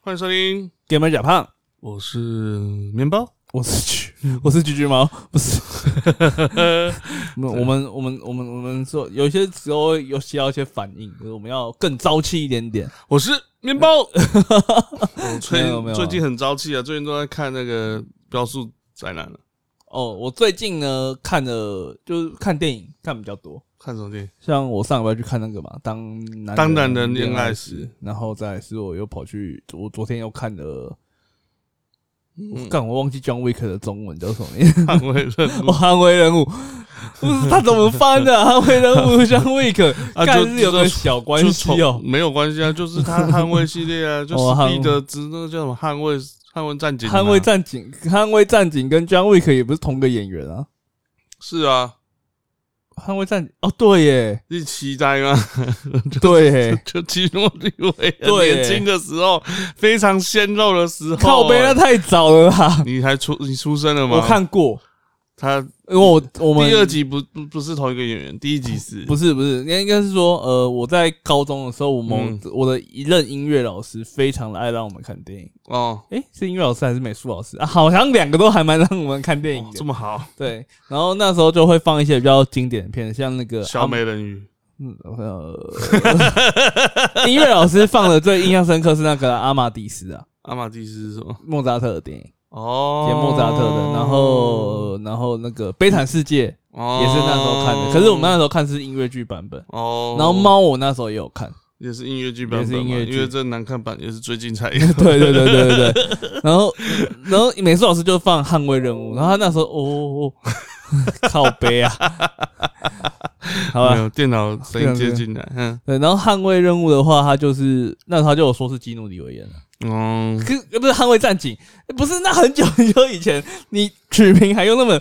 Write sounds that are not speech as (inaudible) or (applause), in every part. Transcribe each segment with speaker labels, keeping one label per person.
Speaker 1: 欢迎收听，
Speaker 2: 给们假胖，
Speaker 1: 我是面包。
Speaker 2: 我是橘，
Speaker 1: 嗯
Speaker 2: 我是橘橘猫，
Speaker 1: (laughs)
Speaker 2: 不是。我们我们我们我们我们说，有些时候有需要一些反应，就是我们要更朝气一点点。
Speaker 1: 我是面
Speaker 2: (laughs)
Speaker 1: 包。我最
Speaker 2: 没有没有
Speaker 1: 最近很朝气啊，最近都在看那个《标速宅男》啊了。
Speaker 2: 哦，我最近呢看了，就是看电影看比较多，
Speaker 1: 看什么电影？
Speaker 2: (laughs) 像我上礼拜去看那个嘛，当男
Speaker 1: 当男人恋爱
Speaker 2: 爱
Speaker 1: 时，
Speaker 2: 然后再来是我又跑去，我昨天又看了。
Speaker 1: 嗯
Speaker 2: 我干，我忘记 John Wick 的中文叫什么名字？
Speaker 1: 捍卫任
Speaker 2: (laughs)
Speaker 1: 务
Speaker 2: 我捍卫人物，不是他怎么翻的、啊？捍卫人物 John Wick，
Speaker 1: (laughs) 啊
Speaker 2: 干
Speaker 1: 就是
Speaker 2: 有个小关
Speaker 1: 就
Speaker 2: 系
Speaker 1: 从
Speaker 2: 哦。
Speaker 1: 没有关系啊，就是
Speaker 2: (laughs)
Speaker 1: 他捍卫系列啊，就
Speaker 2: 哦
Speaker 1: 是
Speaker 2: 捍
Speaker 1: 彼得之那个叫什么捍卫捍卫战警、啊
Speaker 2: 捍卫战警，捍卫战警跟 John Wick 也不是同个演员啊。
Speaker 1: 是啊，
Speaker 2: 捍卫战警哦，
Speaker 1: (laughs)
Speaker 2: 对耶，
Speaker 1: 第七代吗？
Speaker 2: 对耶，
Speaker 1: 啊 (laughs) 就基诺利维尔
Speaker 2: 对
Speaker 1: 啊年轻的时候，非常鲜肉的时候，啊
Speaker 2: 靠背那太早
Speaker 1: (laughs)
Speaker 2: 了啦。
Speaker 1: 你还出你出生了吗？
Speaker 2: 我看过，
Speaker 1: 他
Speaker 2: 因为我我们
Speaker 1: 第二集不不不是同一个演员，第一集是
Speaker 2: 不是不是，应该应该是说，呃，我在高中的时候，我某、
Speaker 1: 嗯
Speaker 2: 我的一任音乐老师非常的爱让我们看电影。
Speaker 1: 哦
Speaker 2: 诶、是音乐老师还是美术老师啊？好像两个都还蛮让我们看电影
Speaker 1: 哦
Speaker 2: 的。
Speaker 1: 这么好，
Speaker 2: 对，然后那时候就会放一些比较经典的片，像那个
Speaker 1: 小美人鱼
Speaker 2: 嗯呃， (laughs) 音乐老师放的最印象深刻是那个阿玛迪斯啊，
Speaker 1: 阿玛蒂斯是什么？
Speaker 2: 莫扎特的电影，
Speaker 1: 哦，
Speaker 2: 演莫扎特的，然后然后那个《悲惨世界》
Speaker 1: 哦
Speaker 2: 也是那时候看的，可是我们那时候看是音乐剧版本，
Speaker 1: 哦，
Speaker 2: 然后猫我那时候也有看， (laughs)
Speaker 1: 也是音乐剧版本嘛，
Speaker 2: 也是音乐剧
Speaker 1: 因为这难看版也是最近
Speaker 2: (laughs)
Speaker 1: 才有
Speaker 2: 对对对对对对，然后然后美术老师就放《捍卫任务》，然后他那时候哦， (laughs) 靠背啊，好
Speaker 1: (laughs) 没
Speaker 2: 吧，
Speaker 1: 有电脑声音接进来，嗯
Speaker 2: 啊对，啊然后《捍卫任务》的话，他就是那时候他就有说是基努里维演的。
Speaker 1: 哦，
Speaker 2: 可呃不是捍卫战警，不是那很久很久以前，你取名还用那么？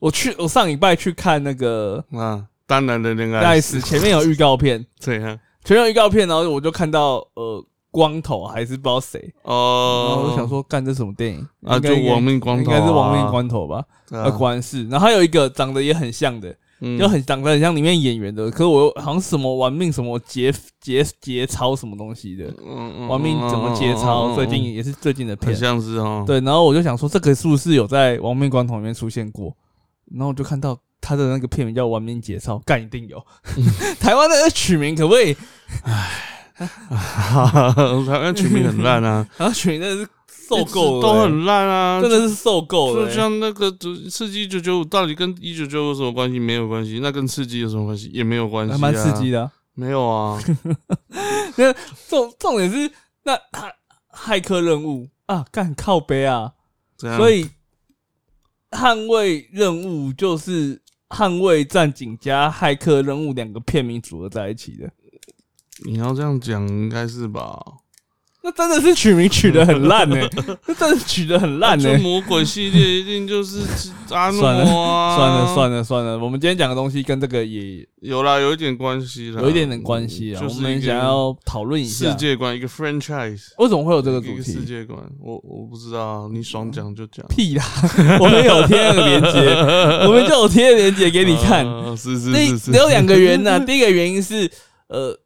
Speaker 2: 我去，我上礼拜去看那个
Speaker 1: 啊，当然的恋
Speaker 2: 《爱
Speaker 1: 爱
Speaker 2: 死》，前面有预告片，
Speaker 1: 这样
Speaker 2: 前面有预告片，然后我就看到呃光头还是不知道谁，然后
Speaker 1: 哦
Speaker 2: 我，就想说，干这什么电影
Speaker 1: 啊，
Speaker 2: 应该
Speaker 1: 就亡命光
Speaker 2: 应
Speaker 1: 头
Speaker 2: 该
Speaker 1: 啊，
Speaker 2: 是亡命关头吧？
Speaker 1: 对啊，
Speaker 2: 呃，果然是。然后还有一个长得也很像的，
Speaker 1: 嗯
Speaker 2: 就很长得很像里面演员的，可是我又好像是什么玩命什么节节节操什么东西的，
Speaker 1: 嗯
Speaker 2: 玩命怎么节操？最近也是最近的
Speaker 1: 很
Speaker 2: 片，
Speaker 1: 像是哦，
Speaker 2: 对，然后我就想说，这个是不是有在《亡命关头》里面出现过？然后我就看到他的那个片名叫《亡命节操》，干一定
Speaker 1: (laughs)
Speaker 2: 有。台湾的取名可不可以？
Speaker 1: (laughs) 台湾取名很烂
Speaker 2: (laughs)
Speaker 1: 啊，
Speaker 2: 然后取名真的是受
Speaker 1: (laughs)
Speaker 2: 够了、
Speaker 1: 都
Speaker 2: 欸
Speaker 1: 很烂啊，
Speaker 2: 真的是受够了
Speaker 1: 就
Speaker 2: 欸、
Speaker 1: 像那个《刺激一九九五》到底跟一九九五有什么关系？没有关系。那跟刺激有什么关系？也没有关系、啊。
Speaker 2: 还蛮刺激。的啊、
Speaker 1: 没有
Speaker 2: (laughs)
Speaker 1: 啊，
Speaker 2: 重重点是那骇骇客任务啊，干靠背啊，
Speaker 1: 这样。
Speaker 2: 所以捍卫任务就是。捍卫战警加骇客任务两个片名组合在一起的，
Speaker 1: 你要这样讲，应该是吧？
Speaker 2: 那真的是取名取得很烂呢、 (laughs) 那真的取得很烂呢、
Speaker 1: 嗯就啊魔鬼系列一定就是阿诺
Speaker 2: 算了
Speaker 1: 啊。
Speaker 2: 算了
Speaker 1: 了，
Speaker 2: 算了算了，我们今天讲的东西跟这个也
Speaker 1: 有啦，有一点关系啦，
Speaker 2: 有一点点关系啊。
Speaker 1: 就
Speaker 2: 我
Speaker 1: 是一
Speaker 2: 们
Speaker 1: 个
Speaker 2: 想要讨论一
Speaker 1: 世
Speaker 2: 下，
Speaker 1: 界观，一个 franchise，
Speaker 2: 为什么会有这个
Speaker 1: 一
Speaker 2: 主
Speaker 1: 个世
Speaker 2: 题？
Speaker 1: 界观。我我不知道啊，你爽讲就讲。
Speaker 2: 屁啦，我们有贴那个链
Speaker 1: (laughs)
Speaker 2: 接，我们就有贴链接给你看。
Speaker 1: 呃是是
Speaker 2: 那
Speaker 1: 是是，
Speaker 2: 有两个原因呢，啊第一个原因是呃，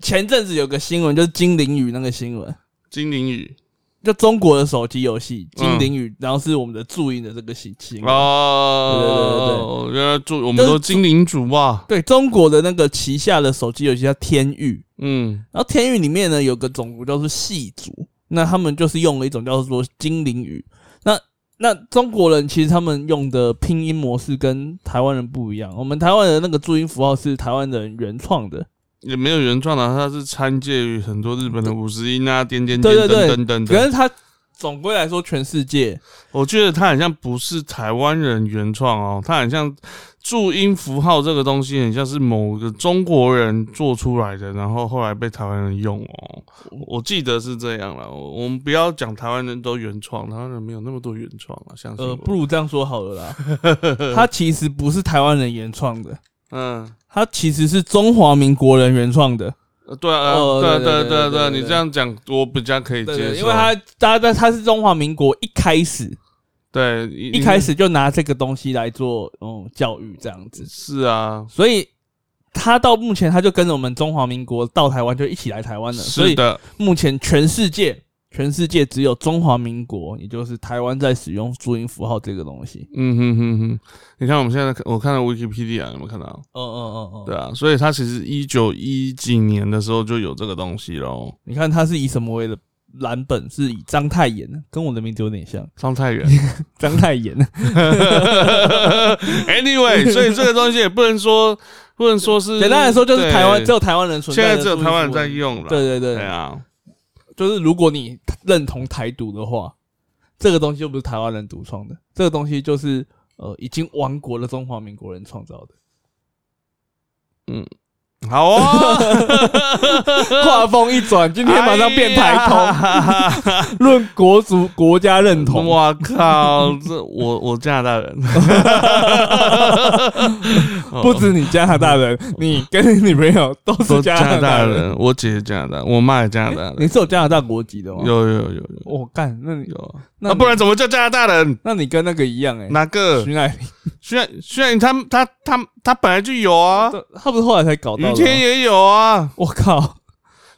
Speaker 2: 前阵子有个新闻，就是精灵语那个新闻。
Speaker 1: 精灵语
Speaker 2: 就中国的手机游戏
Speaker 1: 嗯
Speaker 2: 《精灵语》，然后是我们的注音的这个新新闻。
Speaker 1: 哦，对对对对，原来做我们
Speaker 2: 就是
Speaker 1: 都精灵主啊吧？
Speaker 2: 对中国的那个旗下的手机游戏叫《天域》，
Speaker 1: 嗯，
Speaker 2: 然后天域里面呢有个种族叫做细族，那他们就是用了一种叫做精灵语。那那中国人其实他们用的拼音模式跟台湾人不一样，我们台湾人那个注音符号是台湾人原创的，
Speaker 1: 也没有原创的，啊它是参介于很多日本的五十音啊、点点
Speaker 2: 对
Speaker 1: 点
Speaker 2: 对对
Speaker 1: 等等等
Speaker 2: 可
Speaker 1: 等。
Speaker 2: 是它总归来说全世界
Speaker 1: 我觉得它很像不是台湾人原创哦，它很像注音符号这个东西，很像是某个中国人做出来的，然后后来被台湾人用哦。我我记得是这样了。我我们不要讲台湾人都原创，台湾人没有那么多原创啊，相信
Speaker 2: 呃，
Speaker 1: 我。
Speaker 2: 不如这样说好了啦，它其实不是台湾人原创的，
Speaker 1: 嗯。
Speaker 2: 它其实是中华民国人原创的。
Speaker 1: 呃对啊，
Speaker 2: 哦
Speaker 1: 对啊
Speaker 2: 对
Speaker 1: 对啊
Speaker 2: 对
Speaker 1: 对啊
Speaker 2: 对
Speaker 1: 对啊，
Speaker 2: 对
Speaker 1: 你这样讲我比较可以
Speaker 2: 对
Speaker 1: 接
Speaker 2: 对，
Speaker 1: 受，
Speaker 2: 因为它大家它是中华民国一开始
Speaker 1: 对
Speaker 2: 一
Speaker 1: 一
Speaker 2: 开始就拿这个东西来做嗯教育这样子，
Speaker 1: 是啊，
Speaker 2: 所以他到目啊前他就跟着我们中华民国到台湾就一起来台湾了，所
Speaker 1: 是
Speaker 2: 以
Speaker 1: 的，
Speaker 2: 目前全世界全世界只有中华民国，也就是台湾在使用注音符号这个东西。
Speaker 1: 嗯哼哼哼，你看我们现在看我看到 Wikipedia 有没有看到？
Speaker 2: 嗯嗯嗯嗯，
Speaker 1: 对啊，所以它其实一九一几年的时候就有这个东西喽。
Speaker 2: 你看它是以什么为的蓝本？是以张太炎，跟我的名字有点
Speaker 1: (laughs)
Speaker 2: 像，
Speaker 1: 张太
Speaker 2: (laughs)
Speaker 1: 远
Speaker 2: 张太炎。
Speaker 1: ，anyway，所以这个东西也不能说不能说是
Speaker 2: (laughs) 简单来说，就是台湾
Speaker 1: 对
Speaker 2: 只有台湾人存
Speaker 1: 现
Speaker 2: 在
Speaker 1: 在
Speaker 2: 的
Speaker 1: 只有台湾人在
Speaker 2: 注音
Speaker 1: 用
Speaker 2: 符
Speaker 1: 了。
Speaker 2: 号。对对
Speaker 1: 对
Speaker 2: 对，
Speaker 1: 啊，
Speaker 2: 就是如果你认同台独的话，这个东西又不是台湾人独创的，这个东西就是呃已经亡国的中华民国人创造的。
Speaker 1: 好
Speaker 2: (laughs)
Speaker 1: 哦，
Speaker 2: 话锋一转，今天马上变台
Speaker 1: 哎
Speaker 2: 通， (laughs)
Speaker 1: 通。
Speaker 2: 论国族国家认同。
Speaker 1: 我靠，这我我加拿大人，
Speaker 2: 不止你加拿大人，你跟你女朋友都
Speaker 1: 嗯都
Speaker 2: (laughs) 是
Speaker 1: 加
Speaker 2: 加
Speaker 1: 拿
Speaker 2: 拿
Speaker 1: 大
Speaker 2: 大人。
Speaker 1: 人，我姐姐加拿大，我妈也加拿大人，
Speaker 2: 你是有加拿大国籍的吗？
Speaker 1: 有。有有有
Speaker 2: 我干，那你
Speaker 1: 有，
Speaker 2: 那
Speaker 1: 啊，
Speaker 2: 你
Speaker 1: 不然呃怎么叫加拿大人？
Speaker 2: 那你跟那个一样哎，
Speaker 1: 哪个？
Speaker 2: 徐乃麟，
Speaker 1: 徐乃徐乃麟他他他他本来就有啊，
Speaker 2: 他不是后来才搞
Speaker 1: 于
Speaker 2: 到的
Speaker 1: 天
Speaker 2: 吗？
Speaker 1: 也有啊。
Speaker 2: 我靠，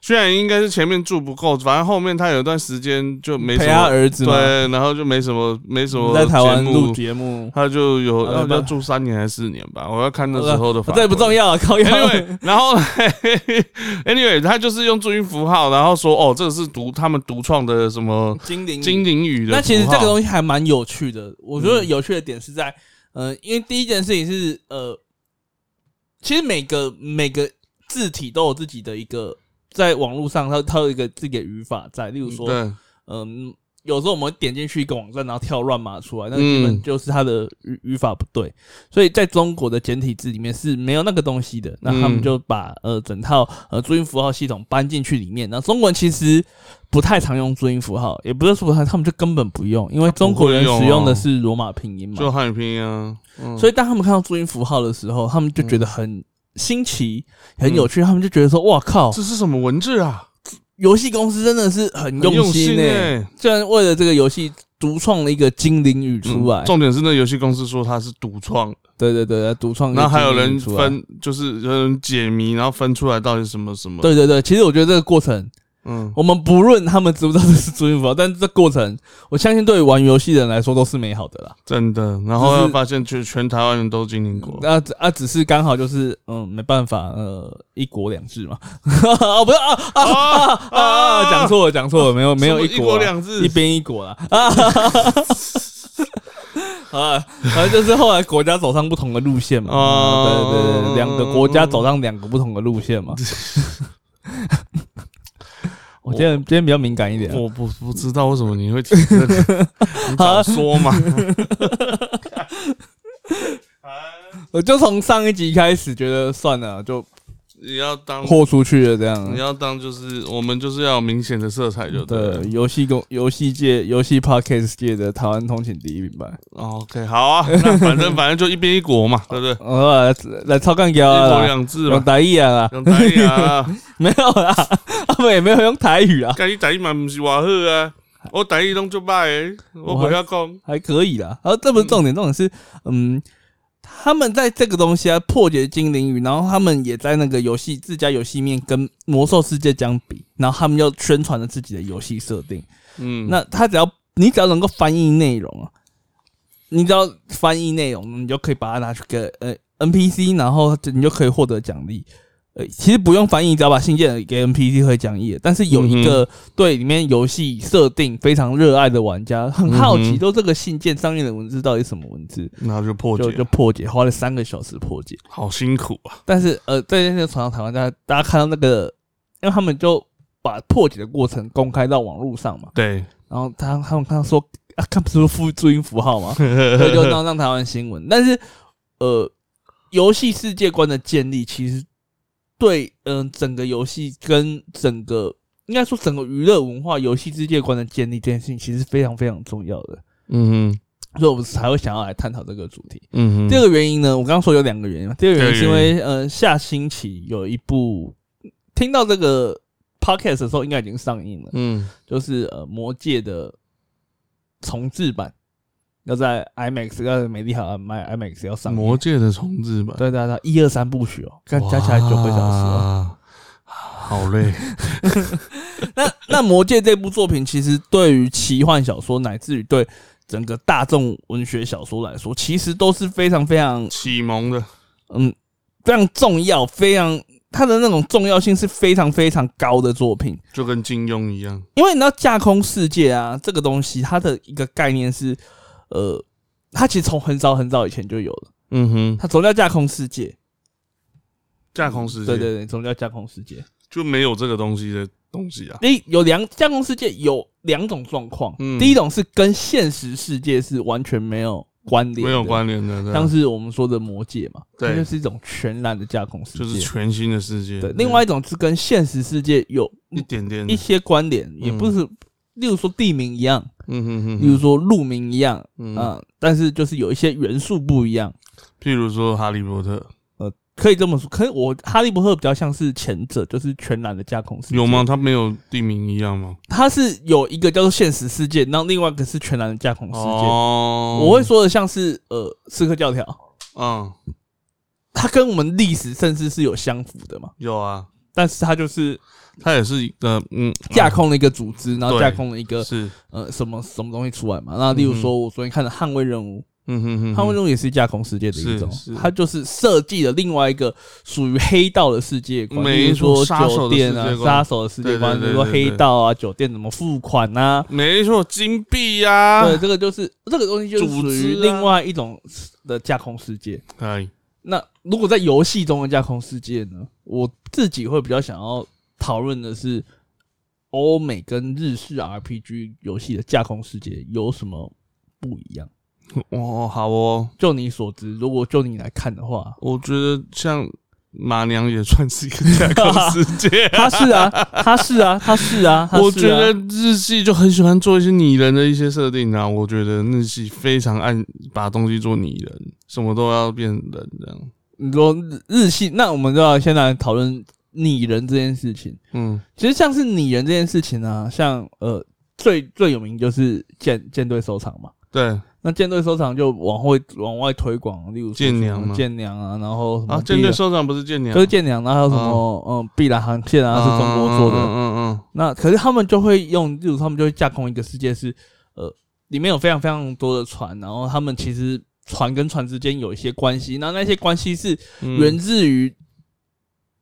Speaker 1: 徐乃麟应该是前面住不够，反正后面他有一段时间就没什
Speaker 2: 陪他
Speaker 1: 么，
Speaker 2: 儿子吗？
Speaker 1: 对，然后就没什么没什么
Speaker 2: 在台湾
Speaker 1: 节目
Speaker 2: 录节目，
Speaker 1: 他就有
Speaker 2: 啊
Speaker 1: 要
Speaker 2: 那
Speaker 1: 要住三年还是四年吧，我要看那时候的法。
Speaker 2: 这也不重
Speaker 1: 要。
Speaker 2: 要啊，靠腰。
Speaker 1: Anyway，然后 (laughs) Anyway，他就是用注音符号，然后说哦，这个是独他们独创的什么
Speaker 2: (laughs) 精灵
Speaker 1: 精灵语的符号。嗯
Speaker 2: 那其实这个
Speaker 1: 西
Speaker 2: 东西还蛮有趣的，我觉得有趣的点是在，呃，因为第一件事情是，呃，其实每个每个字体都有自己的一个，在网络上它它有一个自己的语法在，例如说，
Speaker 1: 对，
Speaker 2: 嗯，有时候我们会点进去一个网站，然后跳乱码出来，那基本
Speaker 1: 嗯
Speaker 2: 就是它的语语法不对，所以在中国的简体字里面是没有那个东西的。那他们就把呃整套呃注音符号系统搬进去里面。那中国人其实不太常用注音符号，也不是说不太，他们就根本不用，因为中国人
Speaker 1: 不会用啊
Speaker 2: 使用的是罗马拼音嘛，
Speaker 1: 就汉语拼音啊。嗯
Speaker 2: 所以当他们看到注音符号的时候，他们就觉得很新奇、很有趣，他们就觉得说：“哇靠，
Speaker 1: 这是什么文字啊？
Speaker 2: 游戏公司真的是很
Speaker 1: 很
Speaker 2: 用
Speaker 1: 用
Speaker 2: 心呢、
Speaker 1: 欸
Speaker 2: 居然为了这个游戏独创了一个精灵语出来
Speaker 1: 嗯，重点是那游戏公司说它是独创，
Speaker 2: 对对对，独创。
Speaker 1: 然后还有人，分，就是有人解谜，然后分出来到底是什么什么。，
Speaker 2: 对对对，其实我觉得这个过程，
Speaker 1: 嗯，
Speaker 2: 我们不论他们知不知道这是注音符号，但是这过程，我相信对于玩游戏的人来说都是美好的啦。
Speaker 1: 真的。然
Speaker 2: 只
Speaker 1: 后
Speaker 2: 是
Speaker 1: 又发现全全台湾人都精灵国。
Speaker 2: 那只啊，只是刚好就是，嗯，没办法，呃，一国两制嘛。 (laughs) 啊，不是啊啊
Speaker 1: 哦
Speaker 2: 啊啊啊！讲错了，讲错了，没有没有
Speaker 1: 什么
Speaker 2: 一
Speaker 1: 一
Speaker 2: 国
Speaker 1: 国
Speaker 2: 啊
Speaker 1: 两制
Speaker 2: 一边一国啦。啊， (laughs) 好啊，反正就是后来国家走上不同的路线嘛。
Speaker 1: 哦
Speaker 2: 嗯对对对，两个国家走上两个不同的路
Speaker 1: (laughs)
Speaker 2: 线嘛。我今天今天比较敏感一点啊，
Speaker 1: 我不不知道为什么你会提这个，你早说
Speaker 2: (laughs)
Speaker 1: 嘛。
Speaker 2: 我就从上一集开始觉得算了，就
Speaker 1: 你要当，
Speaker 2: 豁出去了这样。
Speaker 1: 你要当，就是我们就是要有明显的色彩就对了
Speaker 2: 对。游戏公游戏界游戏 podcast 界的台湾通勤第一品牌，
Speaker 1: 哦 OK，好啊，那反正反正就一边一国嘛，对不
Speaker 2: (laughs)
Speaker 1: 对？
Speaker 2: 呃、来来超干掉
Speaker 1: 嗯
Speaker 2: 啊
Speaker 1: 一国
Speaker 2: 啦，
Speaker 1: 两制
Speaker 2: 用
Speaker 1: 嘛，
Speaker 2: 台语啊啦，
Speaker 1: 用台语啊，
Speaker 2: 没有啦， (laughs) 他们也没有用台语
Speaker 1: (laughs)
Speaker 2: 啊，
Speaker 1: 家己台语嘛，不是话好啊。我台语拢就歹诶，我不要讲。
Speaker 2: 还可以啦。然后这不是重点，重点是，嗯，他们在这个东西啊破解精灵语，然后他们也在那个游戏自家游戏面跟魔兽世界相比，然后他们又宣传了自己的游戏设定。
Speaker 1: 嗯，
Speaker 2: 那他只要你只要能够翻译内容啊，你只要翻译内容，你就可以把它拿去给呃 NPC，然后你就可以获得奖励。呃，其实不用翻译，只要把信件给 NPC 和讲义。但是有
Speaker 1: 嗯
Speaker 2: 一个对里面游戏设定非常热爱的玩家，很好
Speaker 1: 嗯
Speaker 2: 奇，
Speaker 1: 哼
Speaker 2: 都这个信件上面的文字到底是什么文字，
Speaker 1: 然后就破
Speaker 2: 就
Speaker 1: 解
Speaker 2: 就，破解，花了三个小时破解。
Speaker 1: 好辛苦啊。
Speaker 2: 但是呃，这件事传到台湾，大家大家看到那个，因为他们就把破解的过程公开到网络上嘛，
Speaker 1: 对，
Speaker 2: 然后他他们看到说啊，看不是附注音符号吗？所以就闹上台湾新闻。但是呃，游戏世界观的建立其实对嗯、整个游戏跟整个应该说整个娱乐文化、游戏世界观的建立这件事情，其实是非常非常重要的。
Speaker 1: 嗯哼，
Speaker 2: 所以我们才会想要来探讨这个主题。
Speaker 1: 嗯哼，
Speaker 2: 第二个原因呢，我刚刚说有两个原因嘛，第二个原因是因
Speaker 1: 第
Speaker 2: 为呃下星期有一部听到这个 podcast 的时候，应该已经上映了。
Speaker 1: 嗯，
Speaker 2: 就是呃《魔界的重置版，要在 IMAX 要在美丽好啊买 IMAX 要上映
Speaker 1: 魔界的重置版，
Speaker 2: 对啊对对，啊一二三部曲哦，看加起来九个小时、哦。
Speaker 1: 哇，好累。
Speaker 2: 那那《魔戒》这部作品，其实对于奇幻小说，乃至于对整个大众文学小说来说，其实都是非常非常
Speaker 1: 启蒙的，
Speaker 2: 嗯非常重要，非常它的那种重要性是非常非常高的作品。
Speaker 1: 就跟金庸一样，
Speaker 2: 因为你知道架空世界啊，这个东西它的一个概念是，呃，它其实从很早很早以前就有了，
Speaker 1: 嗯哼，
Speaker 2: 它总叫架空世界。
Speaker 1: 架空世界，
Speaker 2: 对对对，总叫架空世界。
Speaker 1: 就没有这个东西的东西啊，
Speaker 2: 第一有两架空世界有两种状况，
Speaker 1: 嗯
Speaker 2: 第一种是跟现实世界是完全没有关联，
Speaker 1: 没有，关联的，对啊
Speaker 2: 像是我们说的魔界嘛，
Speaker 1: 对
Speaker 2: 它就是一种全然的架空世界。
Speaker 1: 就是全新的世界。
Speaker 2: 对，另外一种是跟现实世界有
Speaker 1: 一点点
Speaker 2: 一，些关联，也
Speaker 1: 嗯
Speaker 2: 不是，例如说地名一样，
Speaker 1: 嗯哼哼，
Speaker 2: 例如说路名一样，
Speaker 1: 嗯，
Speaker 2: 啊、但是就是有一些元素不一样，
Speaker 1: 譬如说《哈利波特》
Speaker 2: 可以这么说。可是我哈利波特比较像是前者，就是全然的架空世界。
Speaker 1: 有吗？？它没有地名一样吗？
Speaker 2: 它是有一个叫做现实世界，然后另外一个是全然的架空世界。
Speaker 1: 哦，
Speaker 2: 我会说的像是呃刺客教条，
Speaker 1: 嗯，
Speaker 2: 它跟我们历史甚至是有相符的嘛，
Speaker 1: 有啊，
Speaker 2: 但是它就是
Speaker 1: 它也是一个嗯
Speaker 2: 架空了一个组织，然后
Speaker 1: 对嗯
Speaker 2: 架空了一个
Speaker 1: 是，
Speaker 2: 呃什么什么东西出来嘛。那例如说，我昨天看的《捍卫任务》，
Speaker 1: 嗯哼哼，
Speaker 2: 捍卫任务也是架空世界的一种
Speaker 1: 是是，
Speaker 2: 它就是设计了另外一个属于黑道的世界观，
Speaker 1: 没
Speaker 2: 比如说
Speaker 1: 错杀手
Speaker 2: 酒
Speaker 1: 的世
Speaker 2: 店
Speaker 1: 界
Speaker 2: 啊、
Speaker 1: 观
Speaker 2: 杀手的世界观，比
Speaker 1: 对对对
Speaker 2: 如说
Speaker 1: 对
Speaker 2: 黑
Speaker 1: 对
Speaker 2: 道啊、酒店怎么付款啊。
Speaker 1: 没错，金币呀，
Speaker 2: 对，这个就是这个东西，就是属
Speaker 1: 组
Speaker 2: 于
Speaker 1: 织啊
Speaker 2: 另外一种的架空世界。
Speaker 1: 哎，
Speaker 2: 那如果在游戏中的架空世界呢，我自己会比较想要讨论的是欧美跟日式 RPG 游戏的架空世界有什么不一样？
Speaker 1: 哦，好哦，
Speaker 2: 就你所知，如果就你来看的话，。
Speaker 1: 我觉得像马娘也算是一个架空世界
Speaker 2: 他是啊，他是啊，他是 (laughs) 啊， (laughs) 他是啊
Speaker 1: 我觉得日系就很喜欢做一些拟人的一些设定啊，我觉得日系非常爱把东西做拟人，什么都要变人这样。
Speaker 2: 你说日日系，那我们就要先来讨论拟人这件事情。
Speaker 1: 嗯，
Speaker 2: 其实像是拟人这件事情啊，像呃最最有名就是舰舰队收藏嘛。
Speaker 1: 对啊
Speaker 2: 那舰队收藏就往会往外推广，例如说
Speaker 1: 舰娘
Speaker 2: 什么
Speaker 1: 吗
Speaker 2: 舰娘啊，然后什么
Speaker 1: 啊，
Speaker 2: 碧
Speaker 1: 舰
Speaker 2: 蓝
Speaker 1: 队哦首长不是舰娘，
Speaker 2: 就是舰娘，然后还有什么嗯碧蓝航线啊是中国
Speaker 1: 嗯
Speaker 2: 做的。
Speaker 1: 嗯嗯
Speaker 2: 那可是他们就会用，例如他们就会架空一个世界是呃里面有非常非常多的船，然后他们其实船跟船之间有一些关系，然后那些关系是
Speaker 1: 嗯，
Speaker 2: 源自于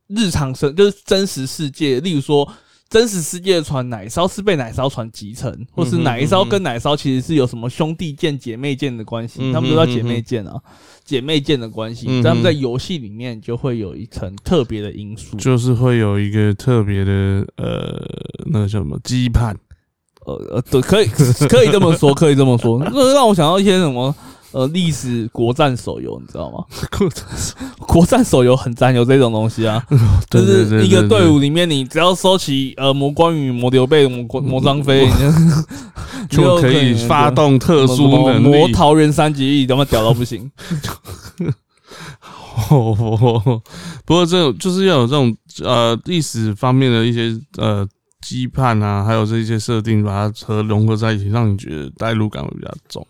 Speaker 2: 日常生，就是真实世界，例如说。真实世界的船哪一艘是被哪一艘船集成，或是
Speaker 1: 嗯哼
Speaker 2: 哪一艘
Speaker 1: 嗯哼
Speaker 2: 跟哪一艘其实是有什么兄弟舰、姐妹舰的关系？
Speaker 1: 嗯哼
Speaker 2: 他们都叫姐妹舰啊，姐妹舰的关系。
Speaker 1: 嗯哼
Speaker 2: 他们在游戏里面就会有一层特别的因素，
Speaker 1: 就是会有一个特别的呃，那个叫什么羁绊，
Speaker 2: 呃呃，对，可以可以这么说，可以这么说。这让我想到一些什么呃历史国战手游，你知道吗？国战手游很占有这种东西啊，
Speaker 1: (laughs)
Speaker 2: 就
Speaker 1: 对对对
Speaker 2: 是
Speaker 1: 对
Speaker 2: 一个队伍里面，你只要收齐呃魔关羽、魔刘备、魔关魔张飞，
Speaker 1: (laughs)
Speaker 2: 你就
Speaker 1: 就可以发动特
Speaker 2: 什么
Speaker 1: 殊能
Speaker 2: 魔
Speaker 1: 力。
Speaker 2: 桃园三结义，他妈屌到
Speaker 1: (laughs)
Speaker 2: 不行。
Speaker 1: 哦，不过这种就是要有这种呃历史方面的一些呃羁绊啊，还有这些设定，把它和融合在一起，让你觉得代入感会比较重。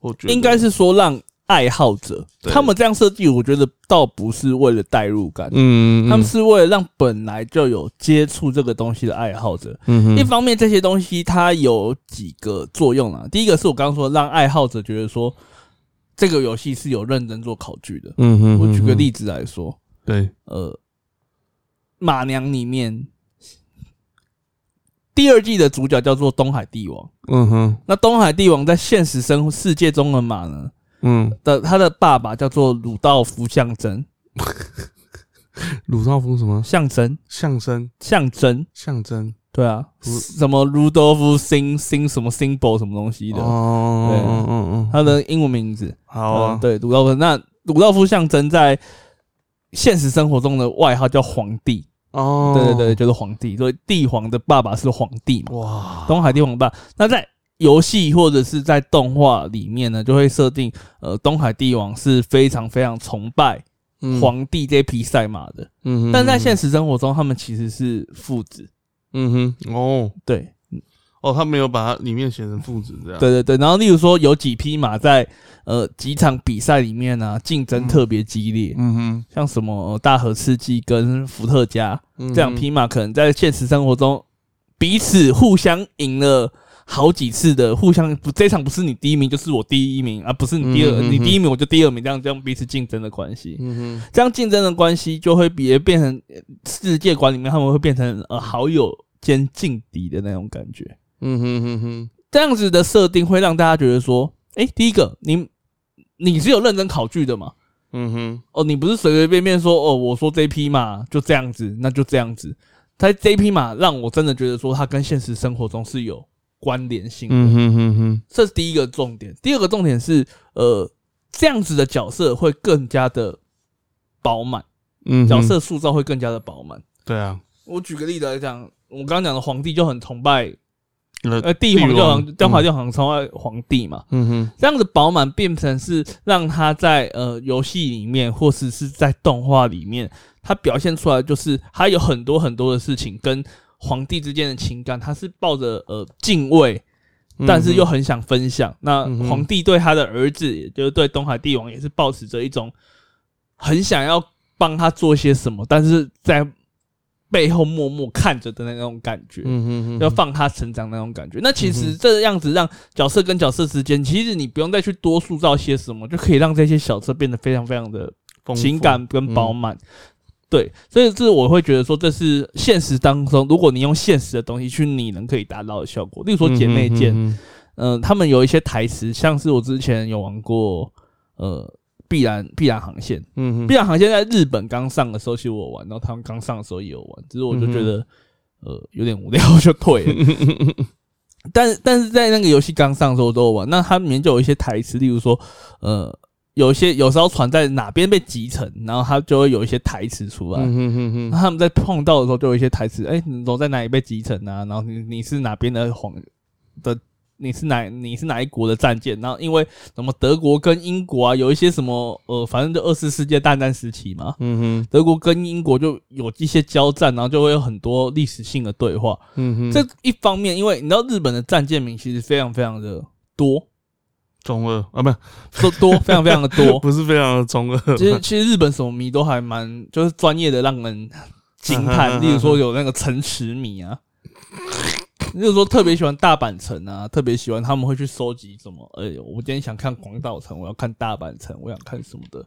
Speaker 1: 我觉得
Speaker 2: 应该是说让爱好者
Speaker 1: 对
Speaker 2: 他们这样设计，我觉得倒不是为了代入感，
Speaker 1: 嗯，嗯
Speaker 2: 他们是为了让本来就有接触这个东西的爱好者
Speaker 1: 嗯哼
Speaker 2: 一方面，这些东西它有几个作用啊。第一个是我刚刚说，让爱好者觉得说这个游戏是有认真做考据的。
Speaker 1: 嗯哼，
Speaker 2: 我举
Speaker 1: 嗯
Speaker 2: 个
Speaker 1: 哼，
Speaker 2: 例子来说，
Speaker 1: 对，
Speaker 2: 呃，马娘里面第二季的主角叫做东海帝王。
Speaker 1: 嗯哼，
Speaker 2: 那东海帝王在现实生世界中的马呢
Speaker 1: 嗯，
Speaker 2: 的他的爸爸叫做鲁道夫象征，
Speaker 1: 鲁道夫什么
Speaker 2: 象征
Speaker 1: 象征
Speaker 2: 象征，
Speaker 1: 象征
Speaker 2: 对啊，
Speaker 1: 鲁
Speaker 2: 什么卢多夫星星什么 symbol 什么东西
Speaker 1: 哦，
Speaker 2: 的，
Speaker 1: 哦
Speaker 2: 对
Speaker 1: 哦哦哦，
Speaker 2: 他的英文名字。
Speaker 1: 好啊
Speaker 2: 嗯，对，鲁道夫。那鲁道夫象征在现实生活中的外号叫皇帝，
Speaker 1: 哦，
Speaker 2: 对对对，，就是皇帝。所以帝皇的爸爸是皇帝嘛，
Speaker 1: 哇，
Speaker 2: 东海帝皇爸。那在游戏或者是在动画里面呢，就会设定，呃，东海帝王是非常非常崇拜
Speaker 1: 嗯，
Speaker 2: 皇帝这匹赛马的，
Speaker 1: 嗯哼，
Speaker 2: 但在现
Speaker 1: 在，
Speaker 2: 实生活中，他们其实是父子。
Speaker 1: 嗯哼，哦
Speaker 2: 对
Speaker 1: 哦，他没有把它里面写成父子这样，
Speaker 2: 对对对，然后例如说有几匹马在呃几场比赛里面呢、竞争特别激烈，
Speaker 1: 嗯哼，
Speaker 2: 像什么、呃大和刺激跟伏特加，
Speaker 1: 嗯哼，
Speaker 2: 这两匹马可能在现实生活中彼此互相赢了好几次的互相，不这场不是你第一名就是我第一名啊，不是你第二，
Speaker 1: 嗯嗯嗯
Speaker 2: 你第一名我就第二名，这样这样彼此竞争的关系，
Speaker 1: 嗯哼，
Speaker 2: 这样竞争的关系就会比也变成呃世界观里面他们会变成呃好友兼劲敌的那种感觉。
Speaker 1: 嗯哼哼哼，
Speaker 2: 这样子的设定会让大家觉得说，诶，第一个你你是有认真考据的嘛？
Speaker 1: 嗯哼，
Speaker 2: 哦，你不是随随便便说哦，我说这匹马就这样子，那就这样子。它这匹马让我真的觉得说它跟现实生活中是有关联性的，
Speaker 1: 嗯哼哼哼，
Speaker 2: 这是第一个重点。第二个重点是，呃，这样子的角色会更加的饱满，
Speaker 1: 嗯哼，
Speaker 2: 角色塑造会更加的饱满。
Speaker 1: 对啊，
Speaker 2: 我举个例子来讲，我刚刚讲的皇帝就很崇拜，
Speaker 1: 呃
Speaker 2: 呃，帝皇就
Speaker 1: 帝王
Speaker 2: 很，中华就很崇拜皇帝嘛。
Speaker 1: 嗯哼，
Speaker 2: 这样子饱满变成是让他在呃游戏里面，或是是在动画里面，他表现出来就是他有很多很多的事情跟皇帝之间的情感，他是抱着呃敬畏，
Speaker 1: 嗯
Speaker 2: 但是又很想分享。那
Speaker 1: 嗯哼
Speaker 2: 皇帝对他的儿子，也就是对东海帝王，也是抱持着一种很想要帮他做些什么，但是在背后默默看着的那种感觉。
Speaker 1: 嗯哼哼，嗯
Speaker 2: 要放他成长那种感觉。那其实这样子让角色跟角色之间，其实你不用再去多塑造些什么，就可以让这些角色变得非常非常的
Speaker 1: 丰富
Speaker 2: 情，感跟
Speaker 1: 嗯
Speaker 2: 饱满。对，所以这我会觉得说，这是现实当中，如果你用现实的东西去拟人可以达到的效果。例如说姐妹舰，
Speaker 1: 嗯哼
Speaker 2: 嗯、他们有一些台词，像是我之前有玩过，呃，碧蓝碧蓝航线，
Speaker 1: 嗯哼，
Speaker 2: 碧蓝航线在日本刚上的时候，其实我有玩，然后他们刚上的时候也有玩，只是我就觉得、呃有点无聊，我就退了。但是但是在那个游戏刚上的时候我都有玩，那它里面就有一些台词，例如说呃有一些有时候船在哪边被击沉，然后它就会有一些台词出
Speaker 1: 嗯
Speaker 2: 来。
Speaker 1: 哼哼
Speaker 2: 那
Speaker 1: 哼，
Speaker 2: 他们在碰到的时候，就有一些台词，哎、你都在哪里被击沉啊？然后你你是哪边的皇的？你是哪你是哪一国的战舰？然后因为什么德国跟英国啊，有一些什么呃，反正就二次世界大战时期嘛，
Speaker 1: 嗯哼，
Speaker 2: 德国跟英国就有一些交战，然后就会有很多历史性的对话。
Speaker 1: 嗯哼，
Speaker 2: 这一方面，因为你知道日本的战舰名其实非常非常的多，
Speaker 1: 中二啊，不是
Speaker 2: 说多非常非常
Speaker 1: (laughs)
Speaker 2: 的多。
Speaker 1: 不是非常的中二，
Speaker 2: (laughs) 其实其实日本什么迷都还蛮就是专业的，让人惊
Speaker 1: (laughs)
Speaker 2: 叹。例如说有那个城池迷啊，例如说特别喜欢大阪城啊，特别喜欢他们会去收集什么，哎、我今天想看广岛城，我要看大阪城，我想看什么的，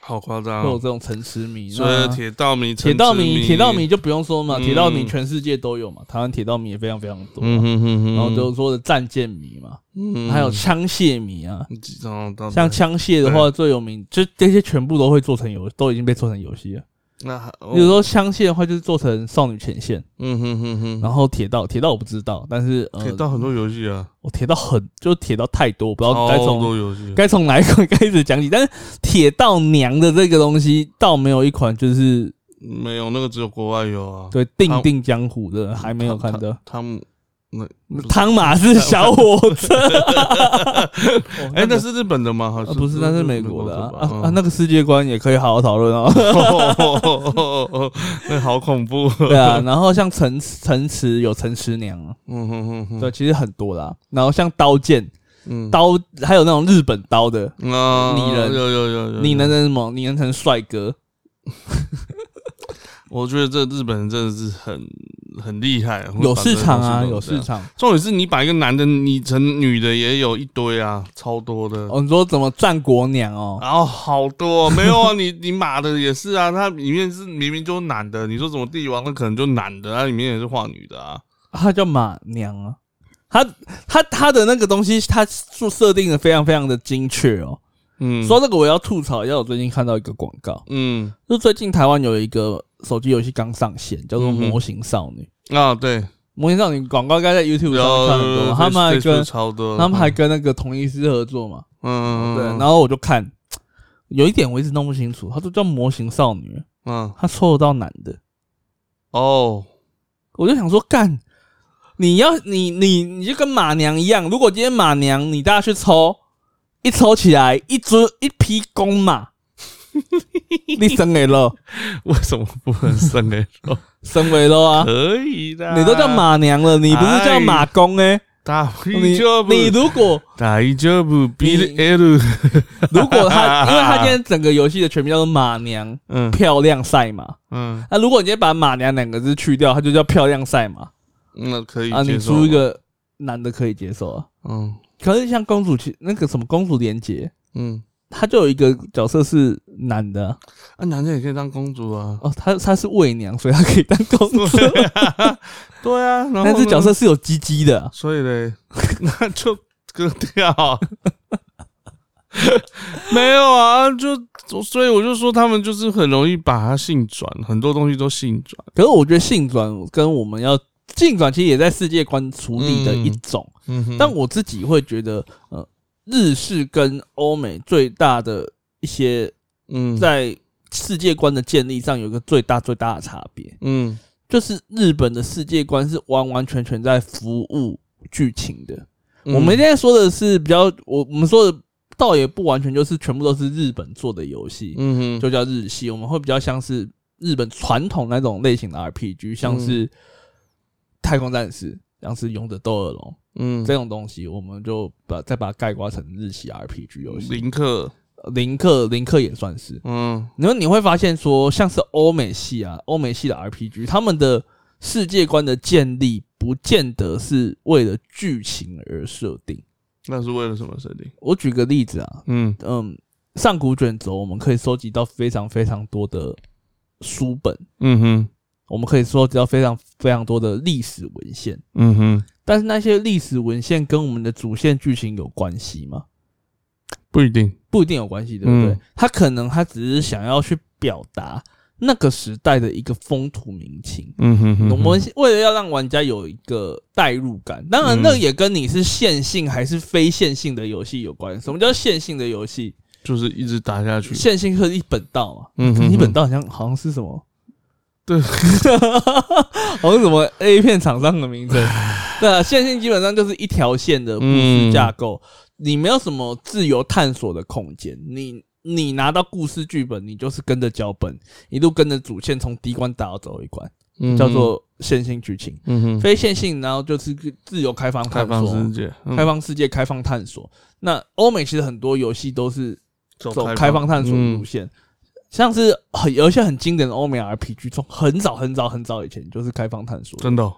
Speaker 1: 好夸
Speaker 2: 会
Speaker 1: 张
Speaker 2: 有
Speaker 1: 哦。
Speaker 2: 这种城池迷。
Speaker 1: 所
Speaker 2: 那
Speaker 1: 以铁道迷，
Speaker 2: 铁道迷，
Speaker 1: 迷，
Speaker 2: 铁道迷，就不用说嘛，
Speaker 1: 嗯
Speaker 2: 铁道迷全世界都有嘛，台湾铁道迷也非常非常多啊、
Speaker 1: 嗯哼哼哼，
Speaker 2: 然后就说的战舰迷嘛，
Speaker 1: 嗯
Speaker 2: 还有枪械迷啊，
Speaker 1: 哦到
Speaker 2: 像枪械的话最有名，就这些全部都会做成游，都已经被做成游戏了。
Speaker 1: 那还哦
Speaker 2: 比如说枪械的话，就是做成少女前线，
Speaker 1: 嗯哼哼
Speaker 2: 然
Speaker 1: 哼，
Speaker 2: 后铁道，铁道我不知道，但是呃
Speaker 1: 铁，道很多游戏啊，
Speaker 2: 我铁道很就铁道太多，我不知道
Speaker 1: 超
Speaker 2: 该从
Speaker 1: 多游戏，
Speaker 2: 该从哪一款开始讲起。但是铁道娘的这个东西，倒没有一款就是
Speaker 1: 没有那个只有国外有啊。
Speaker 2: 对定
Speaker 1: 汤
Speaker 2: 定江湖的还没有看到。
Speaker 1: 汤姆，
Speaker 2: 汤马士小火车， (laughs)
Speaker 1: 哎，那是日本的吗？好
Speaker 2: 啊
Speaker 1: 像
Speaker 2: 不是那是美国的啊啊啊！
Speaker 1: 那
Speaker 2: 那个世界观也可以好好讨
Speaker 1: (laughs)
Speaker 2: 论哦。
Speaker 1: 那好恐怖。
Speaker 2: 对啊，然后像城城池有城池娘啊，
Speaker 1: 嗯哼哼哼，
Speaker 2: 对，其实很多啦。然后像刀剑
Speaker 1: 嗯，
Speaker 2: 刀，还有那种日本刀的，
Speaker 1: 啊，
Speaker 2: 拟人
Speaker 1: 有有有有，
Speaker 2: 你能成什么？你能成帅哥？
Speaker 1: 我觉得这日本人真的是很很厉害，
Speaker 2: 有市场
Speaker 1: 会把
Speaker 2: 啊，
Speaker 1: 这个东西弄
Speaker 2: 有市
Speaker 1: 这样。
Speaker 2: 场。
Speaker 1: 重点是你把一个男的拟成女的也有一堆啊，超多的。
Speaker 2: 哦，你说怎么战国
Speaker 1: (laughs)
Speaker 2: 娘哦？
Speaker 1: 然后好多、没
Speaker 2: (laughs)
Speaker 1: 有啊，你你马的也是啊，它里面是明明就是男的，你说什么帝王那可能就男的，它里面也是画女的啊。
Speaker 2: 她叫马娘啊。她她她的那个东西，她做设定的非常非常的精确哦。
Speaker 1: 嗯，
Speaker 2: 说到这个，我要吐槽一下，我最近看到一个广告，
Speaker 1: 嗯
Speaker 2: 就最近台湾有一个手机游戏刚上线，叫做《
Speaker 1: 嗯哼
Speaker 2: 模型少女》。
Speaker 1: 啊对，
Speaker 2: 模型少女广告应该在 YouTube
Speaker 1: 有
Speaker 2: 上看很多，
Speaker 1: 哦
Speaker 2: 他们还
Speaker 1: Facebook
Speaker 2: 跟
Speaker 1: 超多，
Speaker 2: 他们还跟那个同一师合作嘛，
Speaker 1: 嗯
Speaker 2: 对。然
Speaker 1: 后
Speaker 2: 后我就看，有一点我一直弄不清楚，他就叫模型少女，
Speaker 1: 嗯
Speaker 2: 他抽得到男的，
Speaker 1: 哦
Speaker 2: 我就想说干，你要你你你就跟马娘一样，如果今天马娘你大家去抽，一抽起来一尊一匹公 (laughs) 马，你升为了
Speaker 1: 为什么不能生
Speaker 2: (laughs)
Speaker 1: 哎、
Speaker 2: 升为了啊，
Speaker 1: 可以的，
Speaker 2: (laughs) 你都叫，马娘了，你不是叫马公哎、
Speaker 1: 大
Speaker 2: 你
Speaker 1: 丈夫
Speaker 2: 你如果
Speaker 1: 大丈夫比得 L，
Speaker 2: 如果他， (laughs) 因为他今天整个游戏的全名叫做马娘
Speaker 1: 嗯
Speaker 2: 漂亮赛马，
Speaker 1: 嗯
Speaker 2: 啊那、如果你今天把马娘两个字去掉，它就叫漂亮赛马。
Speaker 1: 那嗯可以
Speaker 2: 啊，你
Speaker 1: 接受
Speaker 2: 出一
Speaker 1: 吗，
Speaker 2: 个男的可以接受啊。
Speaker 1: 嗯
Speaker 2: 可是像公主其那个什么公主连结，
Speaker 1: 嗯，
Speaker 2: 她就有一个角色是男的啊
Speaker 1: 啊，男的也可以当公主
Speaker 2: (laughs)
Speaker 1: 啊， (laughs)
Speaker 2: 哦，她她是卫娘，所以她可以当公主。
Speaker 1: 对啊，对啊，然后
Speaker 2: 但是
Speaker 1: 呢
Speaker 2: 角，色是有鸡鸡的啊，
Speaker 1: 所以嘞， (laughs) 那就割掉 (laughs) 啊。没有啊，就所以我就说他们就是很容易把它性转，很多东西都性转。
Speaker 2: 可是我觉得性转跟我们要性转其实也在世界观处理的一种，
Speaker 1: 嗯哼
Speaker 2: 但我自己会觉得，呃，日式跟欧美最大的一些
Speaker 1: 嗯
Speaker 2: 在世界观的建立上有一个最大最大的差别，
Speaker 1: 嗯
Speaker 2: 就是日本的世界观是完完全全在服务剧情的。
Speaker 1: 嗯
Speaker 2: 我们现在说的是比较，我我们说的倒也不完全就是全部都是日本做的游戏，
Speaker 1: 嗯哼
Speaker 2: 就叫日系，我们会比较像是日本传统那种类型的 RPG，像
Speaker 1: 嗯
Speaker 2: 是《太空战士》、像是《勇者斗恶龙》
Speaker 1: 嗯
Speaker 2: 这种东西，我们就把再把它概括成日系 RPG 游戏。呃
Speaker 1: 林克
Speaker 2: 林克林克也算是，
Speaker 1: 嗯
Speaker 2: 然后你会发现说，像是欧美系啊，欧美系的 RPG，他们的世界观的建立不见得是为了剧情而设定。
Speaker 1: 那是为了什么设定？
Speaker 2: 我举个例子啊，
Speaker 1: 嗯
Speaker 2: 嗯，上古卷轴我们可以收集到非常非常多的书本，
Speaker 1: 嗯哼
Speaker 2: 我们可以收集到非常非常多的历史文献，
Speaker 1: 嗯哼，
Speaker 2: 但是那些历史文献跟我们的主线剧情有关系吗？
Speaker 1: 不一定。
Speaker 2: 不一定有关系，对不对？
Speaker 1: 嗯
Speaker 2: 他可能他只是想要去表达那个时代的一个风土民情。
Speaker 1: 嗯哼哼哼，
Speaker 2: 我们为了要让玩家有一个代入感，当然那
Speaker 1: 嗯
Speaker 2: 也跟你是线性还是非线性的游戏有关。什么叫线性的游戏？
Speaker 1: 就是一直打下去。
Speaker 2: 线性是一本道嘛，
Speaker 1: 嗯哼哼
Speaker 2: 一本道好像好像是什么？
Speaker 1: 对
Speaker 2: (laughs) 好像什么 A 片厂商的
Speaker 1: (sighs)
Speaker 2: 名称。对啊，线性基本上就是一条线的故事架构，
Speaker 1: 嗯
Speaker 2: 你没有什么自由探索的空间。你你拿到故事剧本，你就是跟着脚本一路跟着主线从第一关打到最后一关，
Speaker 1: 嗯哼
Speaker 2: 叫做线性剧情。
Speaker 1: 嗯哼
Speaker 2: 非线性，然后就是自由开放
Speaker 1: 开
Speaker 2: 探
Speaker 1: 放
Speaker 2: 索，
Speaker 1: 世界，嗯
Speaker 2: 开放世界、开放探索。那欧美其实很多游戏都是走开放探索路线，
Speaker 1: 嗯
Speaker 2: 像是很有一些很经典的欧美 RPG，从很早很早很早以前就是开放探索
Speaker 1: 嗯，真的哦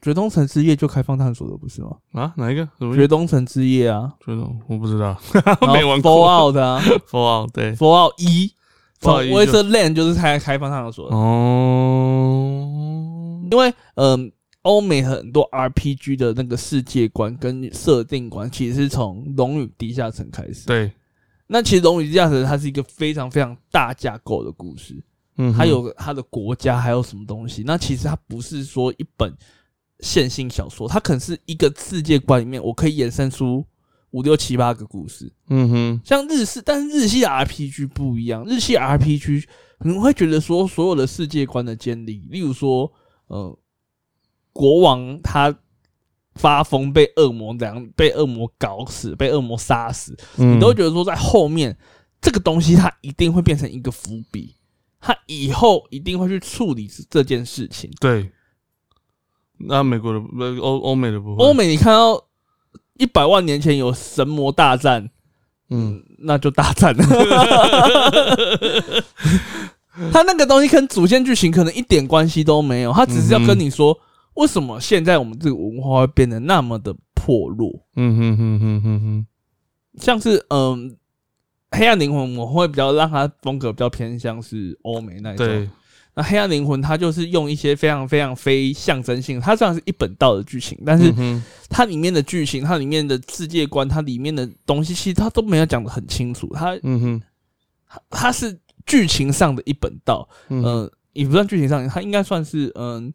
Speaker 2: 绝东城之夜》就开放探索的不是吗？
Speaker 1: 啊？哪一个？什么
Speaker 2: 绝东城之夜》啊，
Speaker 1: 觉得我不知道，
Speaker 2: 然后
Speaker 1: (laughs) 没玩
Speaker 2: f a l l
Speaker 1: 过。
Speaker 2: o u t 啊
Speaker 1: (laughs) Fallout 对，
Speaker 2: f a l l o u t 一，从
Speaker 1: Fallout 一就
Speaker 2: Wasteland 就是开开放探索的，
Speaker 1: 哦，
Speaker 2: 因为嗯。欧美很多 RPG 的那个世界观跟设定观，其实是从《龙与地下城》开始。
Speaker 1: 对，
Speaker 2: 那其实《龙与地下城》它是一个非常非常大架构的故事，
Speaker 1: 嗯哼，
Speaker 2: 它有它的国家，还有什么东西？那其实它不是说一本线性小说，它可能是一个世界观里面，我可以衍生出五六七八个故事。
Speaker 1: 嗯哼，
Speaker 2: 像日式，但是日系的 RPG 不一样，日系 RPG 你会觉得说所有的世界观的建立，例如说，呃，国王他发疯被恶魔怎样被恶魔搞死，被恶魔杀死，
Speaker 1: 你
Speaker 2: 你都会觉得说，在后面这个东西它一定会变成一个伏笔，它以后一定会去处理这件事情。
Speaker 1: 对。那美国的不欧欧美的不会，
Speaker 2: 欧美，你看到一百万年前有神魔大战，
Speaker 1: 嗯，
Speaker 2: 那就
Speaker 1: (laughs)
Speaker 2: 大战了。他那个东西跟主线剧情可能一点关系都没有，他只是要跟你说，为什么现在我们这个文化会变得那么的破落。
Speaker 1: 嗯哼哼哼哼哼，
Speaker 2: 像是嗯，黑暗灵魂我会比较让它风格比较偏向是欧美那一种
Speaker 1: 对。，
Speaker 2: 那黑暗灵魂它就是用一些非常非常非象征性，它虽然是一本道的剧情，但是
Speaker 1: 嗯哼
Speaker 2: 它里面的剧情、它里面的世界观、它里面的东西，其实它都没有讲得很清楚。它
Speaker 1: 嗯哼，
Speaker 2: 它是剧情上的一本道，
Speaker 1: 嗯哼
Speaker 2: 嗯，也不算剧情上，它应该算是嗯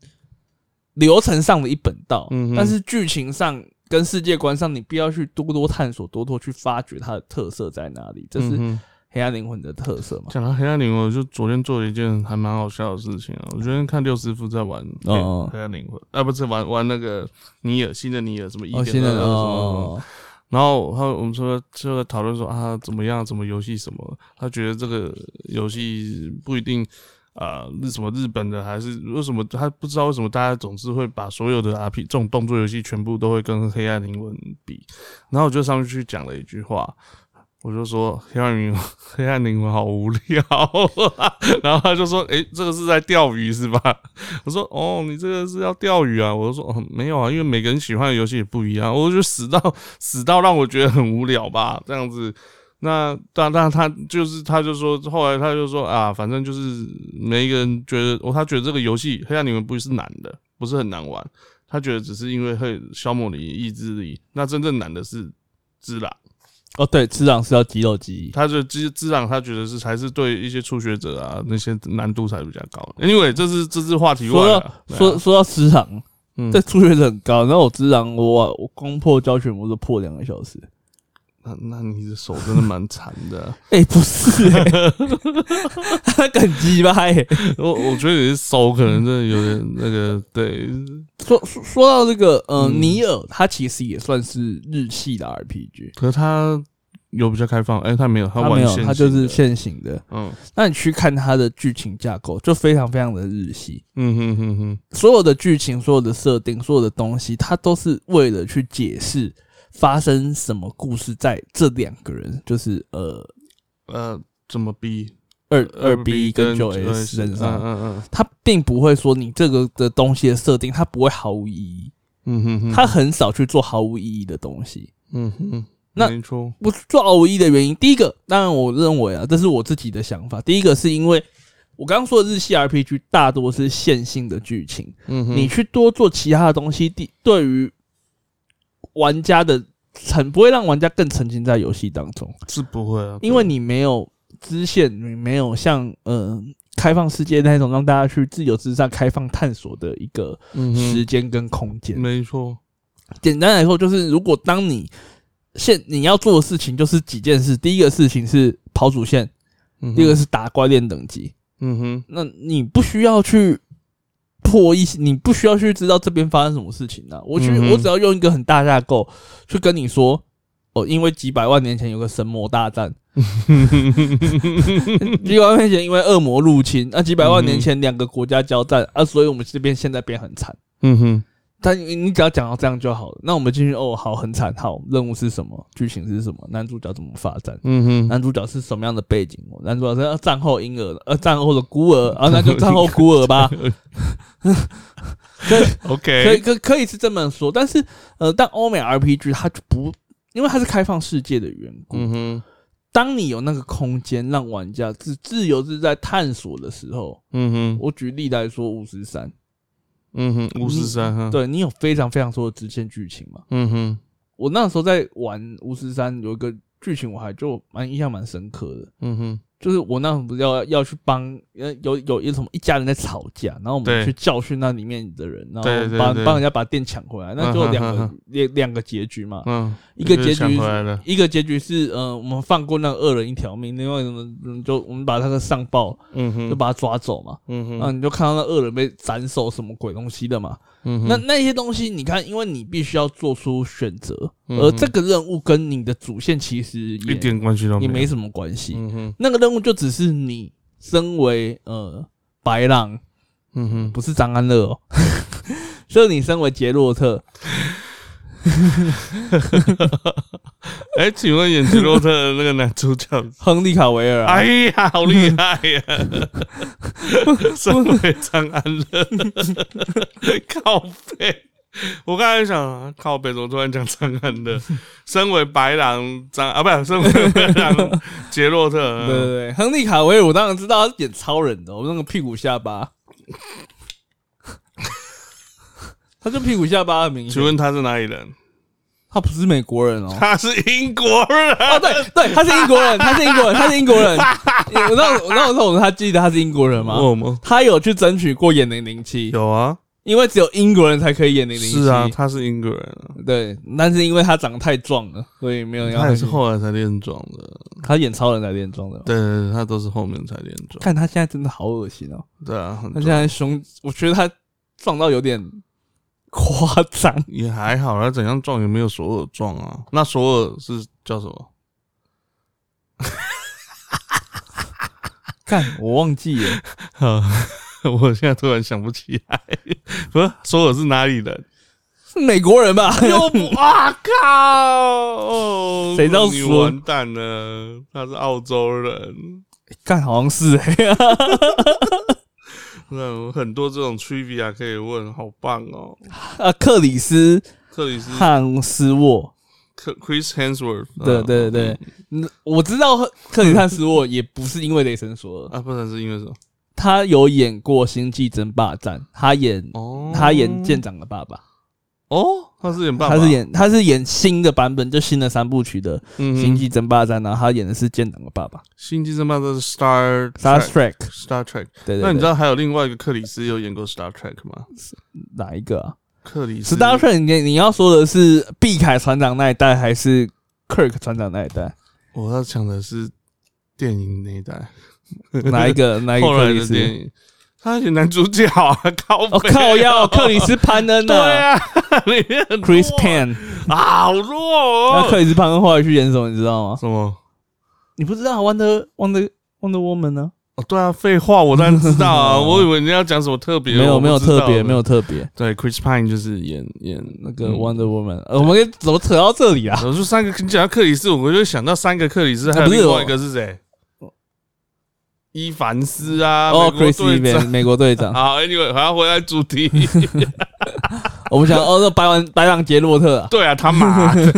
Speaker 2: 流程上的一本道，
Speaker 1: 嗯哼
Speaker 2: 但是剧情上跟世界观上，你必要去多多探索，多多去发掘它的特色在哪里，这
Speaker 1: 嗯
Speaker 2: 是
Speaker 1: 哼
Speaker 2: 黑暗灵魂的特色嘛？
Speaker 1: 讲到黑暗灵魂，我就昨天做了一件还蛮好笑的事情啊。我昨天看六师傅在玩
Speaker 2: 哦哦
Speaker 1: 黑黑暗灵魂，啊，不是玩玩那个尼尔新的尼尔什么一
Speaker 2: 哦，
Speaker 1: 点
Speaker 2: 现在
Speaker 1: 啊二什么什么
Speaker 2: 哦，
Speaker 1: 然后他我们说就在讨论说啊怎么样，怎么游戏什么，他觉得这个游戏不一定啊、日什么日本的还是为什么他不知道为什么大家总是会把所有的 RP 这种动作游戏全部都会跟黑暗灵魂比。然后我就上面去讲了一句话，我就说黑暗灵魂，黑暗灵魂好无聊、啊 (laughs) 然后他就说，诶、这个是在钓鱼是吧？我说，哦，你这个是要钓鱼啊？我就说，哦，没有啊，因为每个人喜欢的游戏也不一样，我就死到死到让我觉得很无聊吧， (laughs) 这样子。那但但他就是他就说，后来他就说啊，反正就是每一个人觉得，哦，他觉得这个游戏黑暗灵魂不是难的，不是很难玩，他觉得只是因为会消磨你意志力，那真正难的是知啦。
Speaker 2: 哦，对，吃长是要肌肉记忆。
Speaker 1: 他就自自然他觉得是还是对一些初学者啊那些难度才比较高。Anyway，这是这是话题外
Speaker 2: 说
Speaker 1: 了
Speaker 2: 到。说说到吃长，
Speaker 1: 嗯
Speaker 2: 这初学者很高，然后我吃长，我我攻破教学模式破两个小时。
Speaker 1: 那那你的手真的蛮残的，啊
Speaker 2: 哎、不是、欸，他很鸡巴欸。
Speaker 1: (laughs) 我我觉得你的手可能真的有点那个，对，
Speaker 2: 说说说到这个，呃，
Speaker 1: 嗯
Speaker 2: 尼尔他其实也算是日系的 RPG，
Speaker 1: 可是他有比较开放，哎、他没有，他
Speaker 2: 他
Speaker 1: 玩
Speaker 2: 没有
Speaker 1: 线，
Speaker 2: 他就
Speaker 1: 性
Speaker 2: 是
Speaker 1: 的
Speaker 2: 现行的。
Speaker 1: 嗯
Speaker 2: 那你去看它的剧情架构，就非常非常的日系，
Speaker 1: 嗯哼哼哼，
Speaker 2: 所有的剧情、所有的设定、所有的东西，它都是为了去解释发生什么故事在这两个人，就是呃
Speaker 1: 呃，怎么逼
Speaker 2: 二二 B 跟九 S
Speaker 1: S
Speaker 2: 身
Speaker 1: 嗯
Speaker 2: 上，
Speaker 1: 嗯
Speaker 2: 它并不会说你这个的东西的设定，它不会毫无意义，
Speaker 1: 嗯嗯哼哼，
Speaker 2: 它很少去做毫无意义的东西。
Speaker 1: 嗯哼，
Speaker 2: 那
Speaker 1: 没错，
Speaker 2: 不做偶一的原因，第一个，当然我认为啊，这是我自己的想法。第一个是因为我刚刚说的日系 RPG 大多是线性的剧情，
Speaker 1: 嗯哼，
Speaker 2: 你去多做其他的东西，第对于玩家的沉不会让玩家更沉浸在游戏当中，
Speaker 1: 是不会啊，
Speaker 2: 因为你没有支线，你没有像呃开放世界那种让大家去自由自在开放探索的一个
Speaker 1: 嗯
Speaker 2: 时
Speaker 1: 哼，
Speaker 2: 间跟空间。
Speaker 1: 没错，
Speaker 2: 简单来说，就是如果当你现你要做的事情就是几件事，第一个事情是跑主线，
Speaker 1: 嗯哼
Speaker 2: 第二个是打怪练等级。
Speaker 1: 嗯哼，
Speaker 2: 那你不需要去破一些，你不需要去知道这边发生什么事情呢、啊我去，
Speaker 1: 嗯哼
Speaker 2: 我只要用一个很大架构去跟你说。哦，因为几百万年前有个神魔大
Speaker 1: (laughs)
Speaker 2: 战，几百万年前因为恶魔入侵，那、几百万年前两个国家交战、啊，所以我们这边现在变很惨。
Speaker 1: 嗯哼，
Speaker 2: 但你你只要讲到这样就好了。那我们进去哦，好，很惨，好，任务是什么？剧情是什么？男主角怎么发展？
Speaker 1: 嗯哼，
Speaker 2: 男主角是什么样的背景？男主角是呃战后婴儿，呃，战后的孤儿啊，那就战后孤
Speaker 1: (laughs)
Speaker 2: 儿吧。可以
Speaker 1: OK，
Speaker 2: 可可以是这么说，但是呃，但欧美 RPG 它就不，因为它是开放世界的缘故，
Speaker 1: 嗯哼，
Speaker 2: 当你有那个空间让玩家自自由自在探索的时候，
Speaker 1: 嗯哼，
Speaker 2: 我举例来说，五十三，
Speaker 1: 嗯哼，五十三哈，，
Speaker 2: 对你有非常非常多的支线剧情嘛？
Speaker 1: 嗯哼，
Speaker 2: 我那时候在玩巫师三，有一个剧情我还就蛮印象蛮深刻的，
Speaker 1: 嗯哼，
Speaker 2: 就是我那时候不是要要去帮呃有有有什么一家人在吵架，然后我
Speaker 1: 对
Speaker 2: 们去教训那里面的人，然
Speaker 1: 对对
Speaker 2: 后帮
Speaker 1: 对
Speaker 2: 帮人家把店抢回来，那就两个两两个结局嘛，
Speaker 1: 嗯，
Speaker 2: 一个结
Speaker 1: 想
Speaker 2: 局
Speaker 1: 回。来了，
Speaker 2: 一个结局是，呃，我们放过那个恶人一条命，另外我们嗯就我们把他的上报
Speaker 1: 嗯
Speaker 2: 就
Speaker 1: 哼，
Speaker 2: 把他抓走嘛，
Speaker 1: 嗯哼，
Speaker 2: 然后你就看到那恶人被斩首什么鬼东西的嘛，
Speaker 1: 嗯哼，
Speaker 2: 那那些东西，你看，因为你必须要做出选择，
Speaker 1: 嗯
Speaker 2: 而呃这个任务跟你的主线其实
Speaker 1: 一
Speaker 2: 也
Speaker 1: 点关系都
Speaker 2: 也没
Speaker 1: 有，
Speaker 2: 什么关系。
Speaker 1: 嗯哼，
Speaker 2: 那个任务就只是你身为呃白狼，
Speaker 1: 嗯哼，
Speaker 2: 不是张安乐哦， (laughs) 就是你身为杰洛特，
Speaker 1: 哎，请问演吉洛特的那个男主角，
Speaker 2: 亨利卡维尔、
Speaker 1: (laughs)
Speaker 2: 啊。
Speaker 1: 哎呀，好厉害呀！ (laughs) 身为张安乐， (laughs) 靠背。我刚才想啊，靠北怎么突然讲张安乐？ (laughs) 身为白狼张啊，不是身为白狼杰洛特，啊
Speaker 2: 对对对，亨利卡维尔，我当然知道他是演超人的，我那个屁股下巴， (laughs) 他就屁股下巴很明
Speaker 1: 请
Speaker 2: 显，
Speaker 1: 问他是哪里人？
Speaker 2: 他不是美国人哦。
Speaker 1: 他是英国人。
Speaker 2: 哦，对对，他是英国人，他是英国人，他是英国
Speaker 1: (laughs)
Speaker 2: 人。我那我那时候他记得他是英国人吗？
Speaker 1: 我哦吗？
Speaker 2: 他有去争取过演零零七，
Speaker 1: 有啊，
Speaker 2: 因为只有英国人才可以演零零七。
Speaker 1: 是啊，，他是英国人啊，
Speaker 2: 对，但是因为他长得太壮了，所以没有人要
Speaker 1: 嗯他也是
Speaker 2: 去
Speaker 1: 后来才练壮的。
Speaker 2: 他演超人才练壮的。
Speaker 1: 对对，对他都是后面才练壮。
Speaker 2: 看他现在真的好恶心哦，
Speaker 1: 对啊，很
Speaker 2: 他现在胸，我觉得他壮到有点夸张。
Speaker 1: 也还好啦，怎样撞也没有索尔撞啊。那索尔是叫什么？ (laughs)
Speaker 2: 看，我忘记了，
Speaker 1: 我现在突然想不起来。不是，索尔是哪里人？
Speaker 2: 美国人吧？
Speaker 1: 又不啊哦靠！
Speaker 2: 谁知道
Speaker 1: 你
Speaker 2: 说
Speaker 1: 完蛋了？他是澳洲人，
Speaker 2: 干，好像是哎、
Speaker 1: 那有很多这种 trivia 可以问，好棒哦！
Speaker 2: 啊，克里斯
Speaker 1: 克里斯
Speaker 2: 汉斯沃，
Speaker 1: 克 Chris Hemsworth，
Speaker 2: 对
Speaker 1: 啊
Speaker 2: 对对，嗯我知道克里斯汉斯沃也不是因为雷神索尔，
Speaker 1: 啊，不然是因为什么？
Speaker 2: 他有演过《星际争霸战》，他演
Speaker 1: 哦，
Speaker 2: 他演舰长的爸爸，
Speaker 1: 哦，他是演爸爸，
Speaker 2: 他是演他是演新的版本，就新的三部曲的《
Speaker 1: 嗯
Speaker 2: 星际争霸战》，然后他演的是舰长的爸爸
Speaker 1: 星际争霸的 Star
Speaker 2: s t a r
Speaker 1: Trek-
Speaker 2: Trek。
Speaker 1: Star Trek。
Speaker 2: 对对对，
Speaker 1: 那你知道还有另外一个克里斯有演过 Star Trek 吗？
Speaker 2: 哪一个啊
Speaker 1: 克里斯
Speaker 2: ？Star Trek，你你要说的是毕凯船长那一代还是 Kirk 船长那一
Speaker 1: (laughs)
Speaker 2: 代？
Speaker 1: 我要讲的是电影那一代，
Speaker 2: 哪一个？哪一个
Speaker 1: 后
Speaker 2: 克
Speaker 1: 来
Speaker 2: 里
Speaker 1: 的
Speaker 2: 斯？
Speaker 1: 电影，他演男主角啊， (laughs) 靠
Speaker 2: 哦
Speaker 1: 北 (laughs)
Speaker 2: 靠要克里斯潘恩
Speaker 1: 对
Speaker 2: 呐
Speaker 1: 啊，里面很
Speaker 2: c h r i s
Speaker 1: 弱
Speaker 2: Pan，
Speaker 1: 啊，好弱
Speaker 2: 那克
Speaker 1: 哦。
Speaker 2: 里斯潘恩后来去演什么？你知道吗？
Speaker 1: 什么？
Speaker 2: 你不知道 Wonder Wonder Wonder Woman 呢？
Speaker 1: 哦，对啊，废话，我当然知道
Speaker 2: (laughs)
Speaker 1: 啊，我以为你要讲什么特别，
Speaker 2: 没有
Speaker 1: 我不
Speaker 2: 没有
Speaker 1: 知道
Speaker 2: 特别
Speaker 1: 的
Speaker 2: 没有。特别。
Speaker 1: 对，Chris Pine 就是演演
Speaker 2: 那个
Speaker 1: 嗯
Speaker 2: Wonder Woman，呃，我们怎么扯到这里啊？
Speaker 1: 我说三个，你讲到克里斯，我就想到三个克里斯，还有
Speaker 2: 不是
Speaker 1: 另外
Speaker 2: 哦
Speaker 1: 一个是谁？伊凡斯啊，
Speaker 2: 哦
Speaker 1: 美国
Speaker 2: ，Chris
Speaker 1: 队
Speaker 2: Evans，啊
Speaker 1: 长。
Speaker 2: 美国
Speaker 1: (laughs)
Speaker 2: 队长。
Speaker 1: 好，Anyway，还要回来主题。
Speaker 2: (laughs) 我们想，哦，那白完白朗杰洛特啊，
Speaker 1: 对啊，他妈的，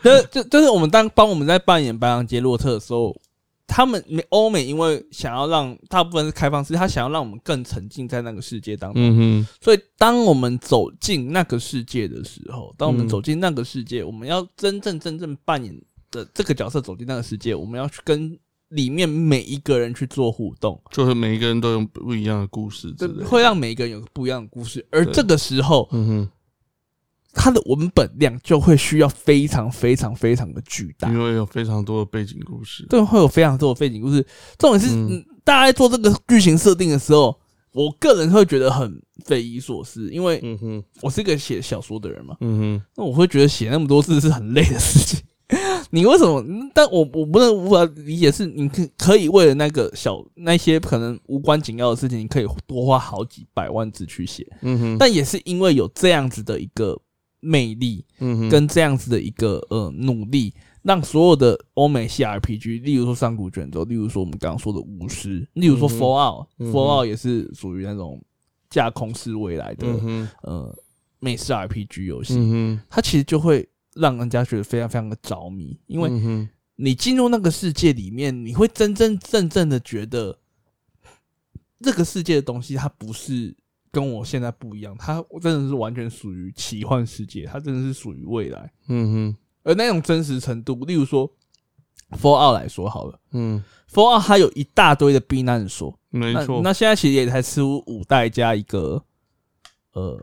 Speaker 2: (laughs) 就是就就是我们当帮我们在扮演白朗杰洛特的时候，他们美欧美因为想要让大部分是开放式，他想要让我们更沉浸在那个世界当中，
Speaker 1: 嗯哼，
Speaker 2: 所以当我们走进那个世界的时候，当我们
Speaker 1: 嗯
Speaker 2: 走进那个世界，我们要真正真正扮演的这个角色走进那个世界，我们要去跟里面每一个人去做互动。
Speaker 1: 就是每一个人都有不一样的故事之
Speaker 2: 对，
Speaker 1: 类的。
Speaker 2: 会让每一个人有不一样的故事，而
Speaker 1: 对
Speaker 2: 这个时候，
Speaker 1: 嗯
Speaker 2: 它的文本量就会需要非常非常非常的巨大
Speaker 1: 哼，，因为有非常多的背景故事。
Speaker 2: 对，会有非常多的背景故事。重点是，
Speaker 1: 嗯
Speaker 2: 嗯，大家在做这个剧情设定的时候，我个人会觉得很匪夷所思，因为
Speaker 1: 嗯哼，
Speaker 2: 我是一个写小说的人嘛，
Speaker 1: 嗯哼，
Speaker 2: 那我会觉得写那么多字是很累的事情。 (laughs) 你为什么？嗯但我我不能无法理解，是你可可以为了那个小那些可能无关紧要的事情，你可以多花好几百万字去写。
Speaker 1: 嗯哼，
Speaker 2: 但也是因为有这样子的一个魅力，
Speaker 1: 嗯哼，
Speaker 2: 跟这样子的一个呃努力，让所有的欧美 CRPG，例如说《上古卷轴》，例如说我们刚刚说的《巫师》，例如
Speaker 1: 嗯
Speaker 2: 说
Speaker 1: 哼
Speaker 2: Fallout，Fallout、
Speaker 1: 嗯哼
Speaker 2: Fallout 也是属于那种架空式未来的、
Speaker 1: 嗯哼，
Speaker 2: 呃美式 RPG 游戏，
Speaker 1: 嗯哼，
Speaker 2: 它其实就会让人家觉得非常非常的着迷，因为
Speaker 1: 嗯哼
Speaker 2: 你进入那个世界里面，你会真真正正的觉得这个世界的东西，它不是跟我现在不一样，它真的是完全属于奇幻世界，它真的是属于未来，
Speaker 1: 嗯哼，
Speaker 2: 而那种真实程度，例如说 Fallout 来说好了
Speaker 1: 嗯，
Speaker 2: ，Fallout 它有一大堆的避难所，
Speaker 1: 没
Speaker 2: 那
Speaker 1: 错。
Speaker 2: 那现在其实也才出五代加一个呃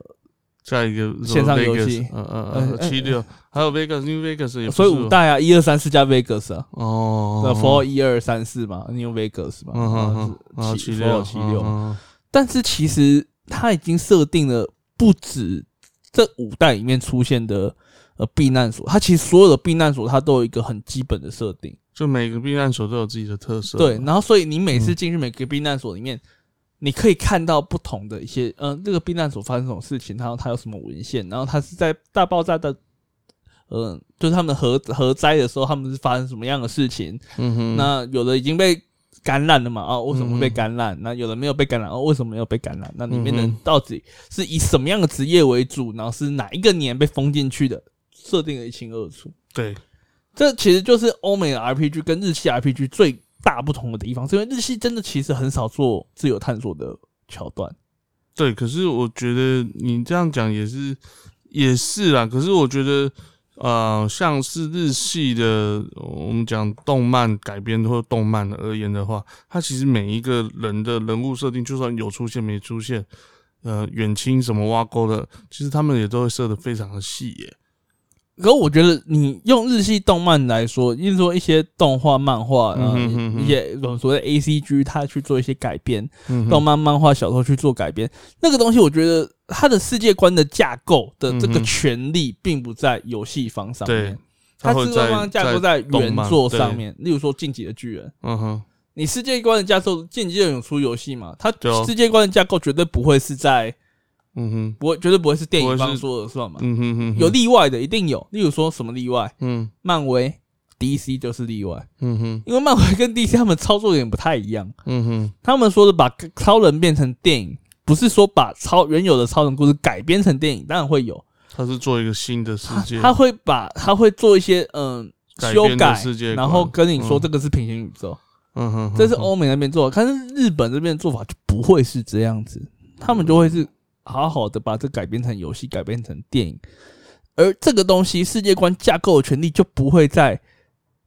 Speaker 1: 下一个
Speaker 2: 线上游戏
Speaker 1: 呃呃
Speaker 2: 呃
Speaker 1: 呃，七六还有 Vegas New Vegas 也不
Speaker 2: 所以
Speaker 1: 是
Speaker 2: 五代啊，一二三四加 Vegas 啊，
Speaker 1: 哦，
Speaker 2: 那 Fallout 一二三四嘛，New Vegas 嘛，
Speaker 1: 嗯哼哼，
Speaker 2: 然
Speaker 1: 然后
Speaker 2: 后
Speaker 1: 七
Speaker 2: 是
Speaker 1: 六
Speaker 2: Fallout 七六嘛，
Speaker 1: 嗯
Speaker 2: 但是其实它已经设定了不止这五代里面出现的呃避难所，它其实所有的避难所它都有一个很基本的设定，
Speaker 1: 就每个避难所都有自己的特色。嗯
Speaker 2: 对，，然后所以你每次进去每个避难所里面，你可以看到不同的一些，嗯、这个避难所发生什么事情，然后它有什么文献，然后它是在大爆炸的，嗯、就是他们核核灾的时候，他们是发生什么样的事情，
Speaker 1: 嗯哼，
Speaker 2: 那有的已经被感染了嘛？啊，为什么会被感染？那有的没有被感染，哦，为什么没有被感染？那里面
Speaker 1: 嗯
Speaker 2: 的人
Speaker 1: 哼
Speaker 2: 到底是以什么样的职业为主？然后是哪一个年被封进去的？设定的一清二楚。
Speaker 1: 对，
Speaker 2: 这其实就是欧美的 RPG 跟日系 RPG 最大不同的地方，是因为日系真的其实很少做自由探索的桥段。
Speaker 1: 对，可是我觉得你这样讲也是也是啦。可是我觉得，呃，像是日系的，我们讲动漫改编或动漫而言的话，它其实每一个人的人物设定，就算有出现没出现，呃，远亲什么挖沟的，其实他们也都会设的非常的细耶。
Speaker 2: 可我觉得你用日系动漫来说，就是说一些动画、漫画，
Speaker 1: 嗯
Speaker 2: 然后
Speaker 1: 哼哼哼
Speaker 2: 一些我们所谓的 A C G，它去做一些改编，
Speaker 1: 嗯
Speaker 2: 动
Speaker 1: 哼，
Speaker 2: 漫、漫画、小说去做改编，那个东西，我觉得它的世界观的架构的这
Speaker 1: 嗯
Speaker 2: 个
Speaker 1: 哼
Speaker 2: 权利，并不在游戏方上
Speaker 1: 对
Speaker 2: 面，，
Speaker 1: 它
Speaker 2: 它
Speaker 1: 会
Speaker 2: 世界观
Speaker 1: 在
Speaker 2: 的架构
Speaker 1: 在，
Speaker 2: 在
Speaker 1: 动
Speaker 2: 原
Speaker 1: 漫
Speaker 2: 作
Speaker 1: 对
Speaker 2: 上面。例如说《进击的巨人》，
Speaker 1: 嗯哼，
Speaker 2: 你世界观的架构，《进击的巨人》有出游戏嘛？它
Speaker 1: 对哦
Speaker 2: 世界观的架构绝对不会是在
Speaker 1: 嗯哼，
Speaker 2: 不会绝对不会是电
Speaker 1: 不会
Speaker 2: 影
Speaker 1: 是
Speaker 2: 方说了算嘛。
Speaker 1: 嗯哼哼哼，
Speaker 2: 有例外的，一定有。例如说什么例外，
Speaker 1: 嗯
Speaker 2: 漫威、DC 就是例外，
Speaker 1: 嗯哼
Speaker 2: 因为漫威跟 DC 他们操作有点不太一样。
Speaker 1: 嗯哼
Speaker 2: 他们说的把超人变成电影，不是说把超原有的超人故事改编成电影，当然会有，
Speaker 1: 他是做一个新的世
Speaker 2: 他
Speaker 1: 界，
Speaker 2: 他会把他会做一些嗯、
Speaker 1: 改
Speaker 2: 修
Speaker 1: 编的
Speaker 2: 改
Speaker 1: 世界，观
Speaker 2: 然后跟你说
Speaker 1: 嗯
Speaker 2: 这个是平行宇宙，
Speaker 1: 嗯哼，
Speaker 2: 这是欧美那边做的，但是日本这边的做法就不会是这样子，他们就会
Speaker 1: 嗯
Speaker 2: 是好好的把这改编成游戏，改编成电影，而这个东西世界观架构的权利就不会在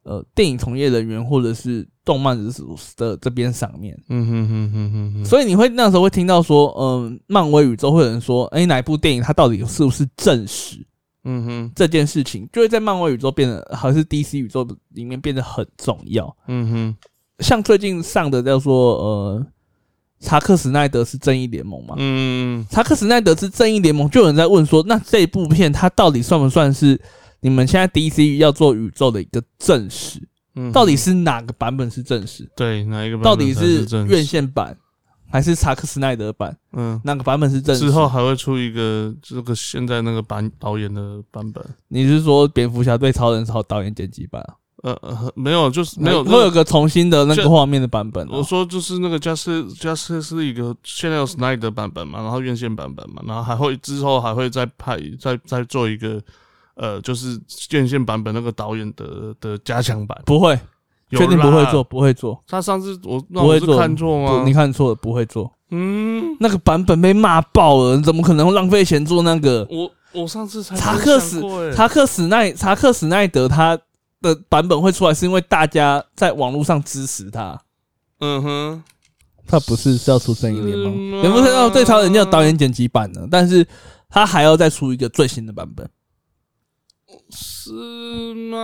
Speaker 2: 呃电影从业人员或者是动漫人的这边上面。
Speaker 1: 嗯哼哼哼哼哼，
Speaker 2: 所以你会那时候会听到说，嗯、漫威宇宙会有人说，哎、哪一部电影它到底是不是证实
Speaker 1: 嗯哼
Speaker 2: 这件事情，就会在漫威宇宙变得还是 DC 宇宙里面变得很重要。
Speaker 1: 嗯哼
Speaker 2: 像最近上的叫做呃，查克·史奈德是正义联盟嘛？
Speaker 1: 嗯
Speaker 2: 查克·史奈德是正义联盟，就有人在问说，那这部片它到底算不算是你们现在 DC 要做宇宙的一个证实？
Speaker 1: 嗯，
Speaker 2: 到底是哪个版本是证实？
Speaker 1: 对哪一个版
Speaker 2: 到
Speaker 1: 本
Speaker 2: 底
Speaker 1: 才
Speaker 2: 是
Speaker 1: 是正
Speaker 2: 院
Speaker 1: 式
Speaker 2: 线版还是查克·史奈德版？
Speaker 1: 嗯。
Speaker 2: 哪个版本是正
Speaker 1: 之
Speaker 2: 实？
Speaker 1: 后还会出一个这个现在那个版导演的版本，
Speaker 2: 你是说蝙蝠侠对超人超导演剪辑版啊？
Speaker 1: 呃呃没有，就是没有
Speaker 2: 会有
Speaker 1: 那个。
Speaker 2: 个重新的那
Speaker 1: 这
Speaker 2: 个画面的版本、
Speaker 1: 我
Speaker 2: 哦。
Speaker 1: 说就是那个 Justice Justice League 现在有 Snyder 版本嘛，然后院线版本嘛，然后还会之后还会再派再再做一个呃，就是院线版本那个导演的的加强版，
Speaker 2: 不会，
Speaker 1: 有
Speaker 2: 确定不会
Speaker 1: 啦啊
Speaker 2: 做，。不会做，
Speaker 1: 他上次我那
Speaker 2: 不
Speaker 1: 我
Speaker 2: 会
Speaker 1: 是
Speaker 2: 做
Speaker 1: 看错
Speaker 2: 不
Speaker 1: 吗？
Speaker 2: 你看错了，不会做。
Speaker 1: 嗯，
Speaker 2: 那个版本被骂爆了，你怎么可能浪费钱做那个？
Speaker 1: 我我上次才
Speaker 2: 查
Speaker 1: 分
Speaker 2: 克
Speaker 1: 享
Speaker 2: 史
Speaker 1: 过欸
Speaker 2: 查克史奈查克史奈德他的版本会出来，是因为大家在网络上支持他。
Speaker 1: 嗯哼，
Speaker 2: 他不是是要出正义联
Speaker 1: 是吗
Speaker 2: 盟，蝙蝠侠哦对超人家有导演剪辑版的，但是他还要再出一个最新的版本。
Speaker 1: 是吗？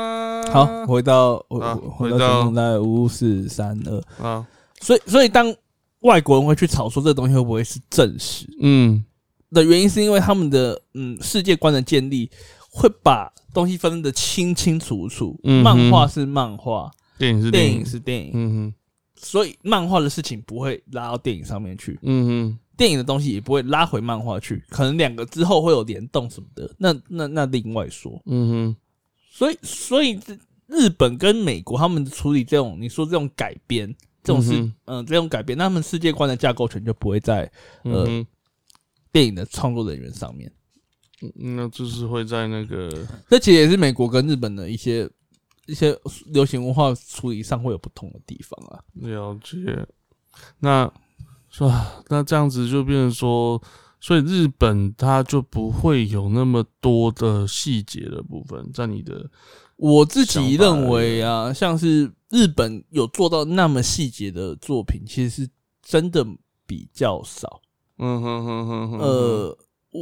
Speaker 2: 啊好，回到回
Speaker 1: 啊
Speaker 2: 回
Speaker 1: 回到
Speaker 2: 到现在五四三二，
Speaker 1: 啊，
Speaker 2: 所以所以当外国人会去炒作这东西会不会是证实
Speaker 1: 嗯
Speaker 2: 的原因，是因为他们的嗯世界观的建立会把东西分得清清楚楚，
Speaker 1: 嗯哼
Speaker 2: 漫画是漫画，
Speaker 1: 电影是
Speaker 2: 电
Speaker 1: 电
Speaker 2: 影，是电影，
Speaker 1: 嗯哼，
Speaker 2: 所以漫画的事情不会拉到电影上面去，
Speaker 1: 嗯哼，
Speaker 2: 电影的东西也不会拉回漫画去，可能两个之后会有联动什么的，那那那另外说。
Speaker 1: 嗯哼，
Speaker 2: 所以，所以这日本跟美国他们处理这种你说这种改编，这种是
Speaker 1: 嗯
Speaker 2: 嗯、这种改编，那他们世界观的架构权就不会在
Speaker 1: 嗯
Speaker 2: 呃
Speaker 1: 哼，
Speaker 2: 电影的创作人员上面。呃
Speaker 1: 嗯那就是会在那个，
Speaker 2: 这其实也是美国跟日本的一些一些流行文化处理上会有不同的地方啊。
Speaker 1: 了解。那说那这样子就变成说，所以日本它就不会有那么多的细节的部分在你的，
Speaker 2: 我自己认为啊，像是日本有做到那么细节的作品，其实是真的比较少。
Speaker 1: 嗯哼哼哼哼，哼，
Speaker 2: 呃，我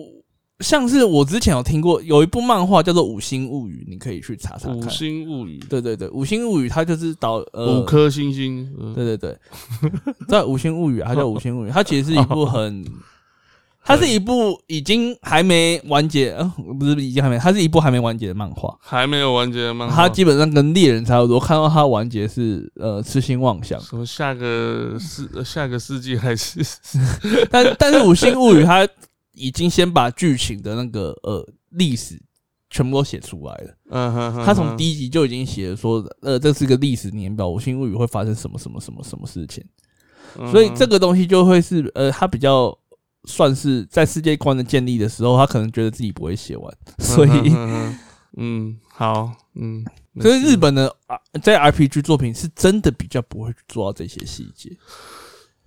Speaker 2: 像是我之前有听过有一部漫画叫做《五星物语》，你可以去查查看
Speaker 1: 五。星物语，
Speaker 2: 对对对，《五星物语》它就是导呃
Speaker 1: 五颗星星，嗯
Speaker 2: 对对对， (laughs) 在《五星物语》，啊它叫《五星物语》，它其实是一
Speaker 1: (laughs)
Speaker 2: 部很，它是一部已经还没完结，呃、不是已经还没，它是一部还没完结的漫画。
Speaker 1: 还没有完结的漫画
Speaker 2: 它基本上跟猎人差不多，看到它完结是呃痴心妄想，
Speaker 1: 什么下个世呃下个世纪还
Speaker 2: (laughs)
Speaker 1: 是
Speaker 2: 但但是《五星物语》它已经先把剧情的那个呃历史全部都写出来了。
Speaker 1: 嗯哼哼，
Speaker 2: 他从第一集就已经写了说，呃，这是个历史年表，《五星物语》会发生什么什么什么什么事情。
Speaker 1: 嗯哼，
Speaker 2: 所以这个东西就会是呃，他比较算是在世界观的建立的时候，他可能觉得自己不会写完，所以
Speaker 1: 嗯哼哼哼嗯好嗯，
Speaker 2: 所以日本的啊，在 RPG 作品是真的比较不会去做到这些细节。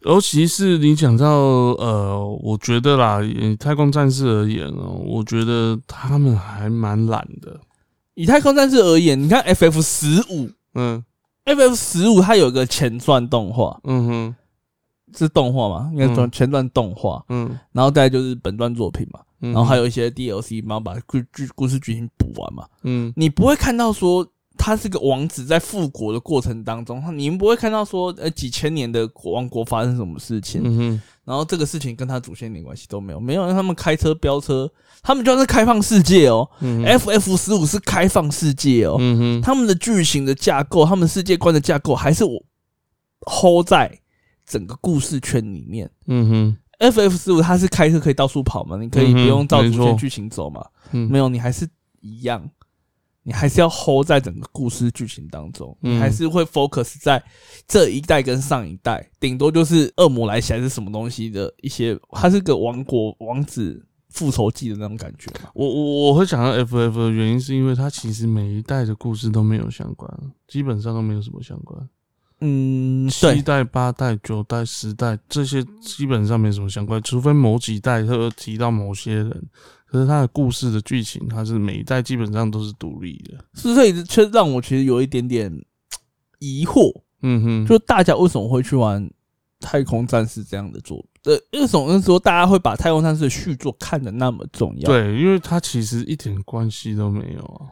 Speaker 1: 尤其是你讲到呃，我觉得啦，以太空战士而言哦，我觉得他们还蛮懒的。
Speaker 2: 以太空战士而言，你看 FF 十五
Speaker 1: 嗯
Speaker 2: ，FF 十五它有个前传动画，
Speaker 1: 嗯哼
Speaker 2: 是动画嘛？应该
Speaker 1: 嗯
Speaker 2: 算前传动画，
Speaker 1: 嗯，
Speaker 2: 然后再来就是本传作品嘛，
Speaker 1: 然
Speaker 2: 然后还
Speaker 1: 有
Speaker 2: 有一些 DLC，然后把故剧故事剧情补完嘛。
Speaker 1: 嗯
Speaker 2: 你不会看到说他是个王子在复国的过程当中，你们不会看到说呃几千年的国王国发生什么事情，
Speaker 1: 嗯哼
Speaker 2: 然后这个事情跟他祖先一点关系都没有，没有让他们开车飙车，他们就算是开放世界哦、
Speaker 1: 嗯哼
Speaker 2: f F 十五是开放世界哦、
Speaker 1: 嗯哼
Speaker 2: 他们的剧情的架构，他们世界观的架构还是我 hold 在整个故事圈里面。
Speaker 1: 嗯哼
Speaker 2: FF F F 十五它是开车可以到处跑嘛，你可以不用照主
Speaker 1: 嗯哼没
Speaker 2: 线
Speaker 1: 错
Speaker 2: 剧情走嘛，
Speaker 1: 嗯
Speaker 2: 没有，你还是一样，你还是要 hold 在整个故事剧情当中，
Speaker 1: 嗯
Speaker 2: 你还是会 focus 在这一代跟上一代，顶多就是恶魔来袭还是什么东西的一些，它是个王国王子复仇记的那种感觉嘛。
Speaker 1: 我我我会讲到 FF 的原因，是因为它其实每一代的故事都没有相关，基本上都没有什么相关。
Speaker 2: 嗯，
Speaker 1: 七
Speaker 2: 对，
Speaker 1: 代、八代、九代、十代这些基本上没什么相关，除非某几代会有提到某些人。可是它的故事的剧情，它是每一代基本上都是独立的。
Speaker 2: 所以却让我其实有一点点疑惑，
Speaker 1: 嗯哼，
Speaker 2: 就大家为什么会去玩《太空战士》这样的作品？呃，为什么说大家会把《太空战士》的续作看得那么重要？，
Speaker 1: 对，因为它其实一点关系都没有啊。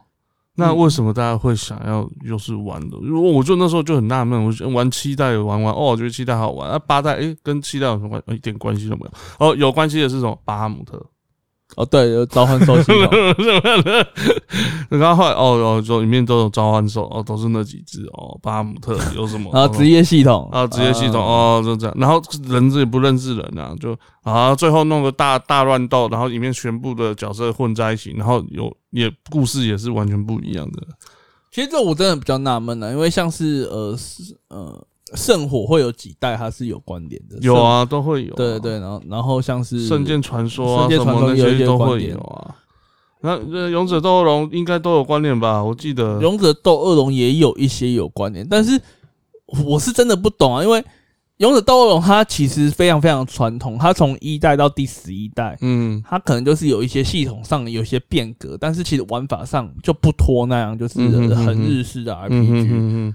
Speaker 1: 那为什么大家会想要又是玩的？如果我就那时候就很纳闷，我就玩七代有玩玩哦，我觉得七代好玩。那、八代诶、跟七代有什么关？呃一点关系都没有。哦，有关系的是什么？巴哈姆特。 (laughs)
Speaker 2: 哦，对，有召唤兽系统，
Speaker 1: 然后后来哦哦，就里面都有召唤兽哦，都是那几只哦。巴哈姆特有
Speaker 2: (laughs)
Speaker 1: 什么？哦
Speaker 2: 然后哦职业系统，
Speaker 1: 啊，职业系统
Speaker 2: 啊，
Speaker 1: 哦，就这样。然后人也不认识人啊，就啊，最后弄个大大乱斗，然后里面全部的角色混在一起，然后有也故事也是完全不一样的。
Speaker 2: 其实这我真的比较纳闷啊了，因为像是呃是呃圣火会有几代它是有关联的，
Speaker 1: 有啊，都会有、啊。
Speaker 2: 圣，对对，然后然后像是
Speaker 1: 圣剑传说啊，
Speaker 2: 圣剑
Speaker 1: 什
Speaker 2: 传
Speaker 1: 么
Speaker 2: 说
Speaker 1: 那
Speaker 2: 有一
Speaker 1: 些
Speaker 2: 些
Speaker 1: 都
Speaker 2: 关
Speaker 1: 会
Speaker 2: 联
Speaker 1: 有啊。那呃勇者斗恶龙应该都有关联吧？我记得。
Speaker 2: 勇者斗恶龙也有一些有关联，但是我是真的不懂啊，因为勇者斗恶龙它其实非常非常传统，它从一代到第十一代，
Speaker 1: 嗯
Speaker 2: 它可能就是有一些系统上有一些变革，但是其实玩法上就不脱那样，就是
Speaker 1: 嗯哼嗯哼
Speaker 2: 很日式的
Speaker 1: 嗯嗯
Speaker 2: RPG。
Speaker 1: 嗯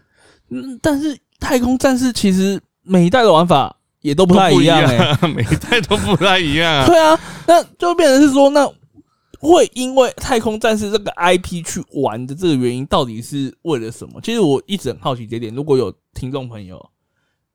Speaker 2: 嗯，但是太空战士其实每一代的玩法也都不太
Speaker 1: 都不
Speaker 2: 一
Speaker 1: 一
Speaker 2: 样、
Speaker 1: (laughs)
Speaker 2: 欸，
Speaker 1: 嗯，每一代都不太一样啊。
Speaker 2: (laughs) 对啊，那就变成是说，那会因为太空战士这个 IP 去玩的这个原因，到底是为了什么？其实我一直很好奇这一点。如果有听众朋友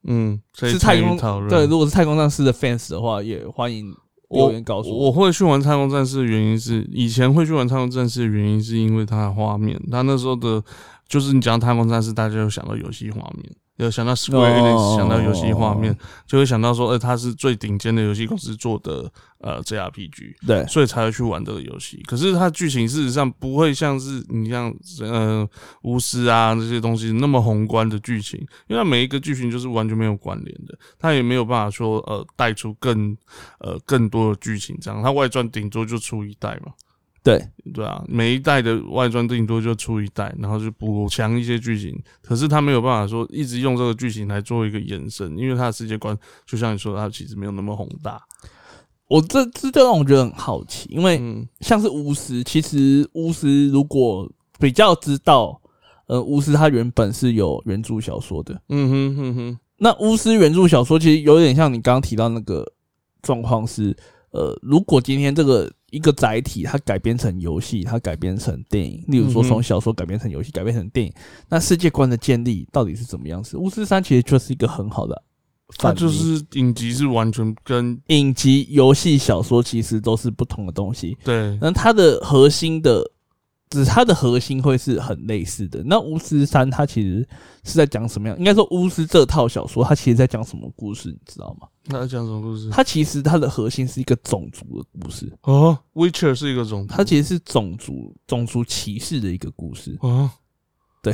Speaker 1: 嗯，所以
Speaker 2: 是太空
Speaker 1: 讨论
Speaker 2: 对，如果是太空战士的 fans 的话，也欢迎留言告诉
Speaker 1: 我。我会去玩太空战士的原因是，以前会去玩太空战士的原因是因为它的画面，它那时候的，就是你讲太空战士，大家就想到游戏画面，有想到 Square Enix，、
Speaker 2: 哦
Speaker 1: 想到游戏画面，就会想到说，呃，它是最顶尖的游戏公司做的呃 JRPG，
Speaker 2: 对，
Speaker 1: 所以才会去玩这个游戏。可是它剧情事实上不会像是你像呃巫师啊这些东西那么宏观的剧情，因为它每一个剧情就是完全没有关联的，它也没有办法说呃带出更呃更多的剧情这样。它外传顶多就出一代嘛，
Speaker 2: 对，
Speaker 1: 对啊，每一代的外传顶多就出一代，然后就补强一些剧情。可是它没有办法说一直用这个剧情来做一个延伸，因为它的世界观就像你说的，它其实没有那么宏大。
Speaker 2: 我这这就让我觉得很好奇，因为
Speaker 1: 嗯
Speaker 2: 像是巫师，其实巫师如果比较知道，呃，巫师他原本是有原著小说的，
Speaker 1: 嗯哼哼哼，
Speaker 2: 那巫师原著小说其实有点像你刚刚提到那个状况是，呃，如果今天这个一个载体它改编成游戏，它改编成电影，例如
Speaker 1: 嗯
Speaker 2: 说
Speaker 1: 哼
Speaker 2: 从小说改编成游戏，改编成电影，那世界观的建立到底是怎么样子？巫师三其实就是一个很好的
Speaker 1: 它
Speaker 2: 反例，
Speaker 1: 就是影集是完全跟
Speaker 2: 影集、游戏、小说其实都是不同的东西，
Speaker 1: 对
Speaker 2: 那它的核心的。只是它的核心会是很类似的。那巫师三它其实是在讲什么样？应该说巫师这套小说它其实在讲什么故事，你知道吗？
Speaker 1: 那要讲什么故事？
Speaker 2: 它其实它的核心是一个种族的故事，
Speaker 1: 哦，Witcher 是一个种族，
Speaker 2: 它其实是种族种族歧视的一个故事。
Speaker 1: 啊，
Speaker 2: 对，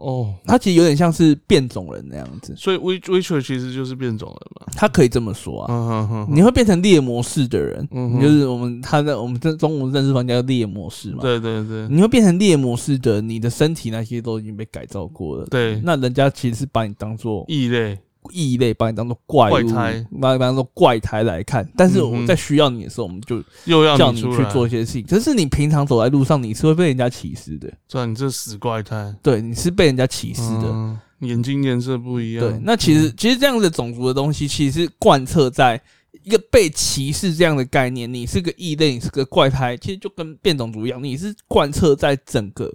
Speaker 1: 哦，
Speaker 2: 它其实有点像是变种人那样子，
Speaker 1: 所以 Witch- Witcher 其实就是变种人嘛。
Speaker 2: 它可以这么说啊，
Speaker 1: 嗯哼哼
Speaker 2: 你会变成猎魔士的人，
Speaker 1: 嗯哼
Speaker 2: 你就是我们他在我们这中文正式方叫猎魔士嘛。
Speaker 1: 对对对
Speaker 2: 你会变成猎魔士的，你的身体那些都已经被改造过了。
Speaker 1: 对，
Speaker 2: 那人家其实是把你当做
Speaker 1: 异类，
Speaker 2: 异类，把你当做怪物，
Speaker 1: 怪胎
Speaker 2: 把你当做怪胎来看。但是
Speaker 1: 嗯哼
Speaker 2: 我在需要你的时候，我们就
Speaker 1: 又要
Speaker 2: 叫你
Speaker 1: 出
Speaker 2: 去
Speaker 1: 来
Speaker 2: 做，一些事情。可是你平常走在路上，你是会被人家歧视的，
Speaker 1: 对啊，你这死怪胎，
Speaker 2: 对，你是被人家歧视的。
Speaker 1: 嗯，眼睛颜色不一样，
Speaker 2: 对，那其实其实这样子的种族的东西，其实是贯彻在一个被歧视这样的概念。你是个异类，你是个怪胎，其实就跟变种族一样，你是贯彻在整个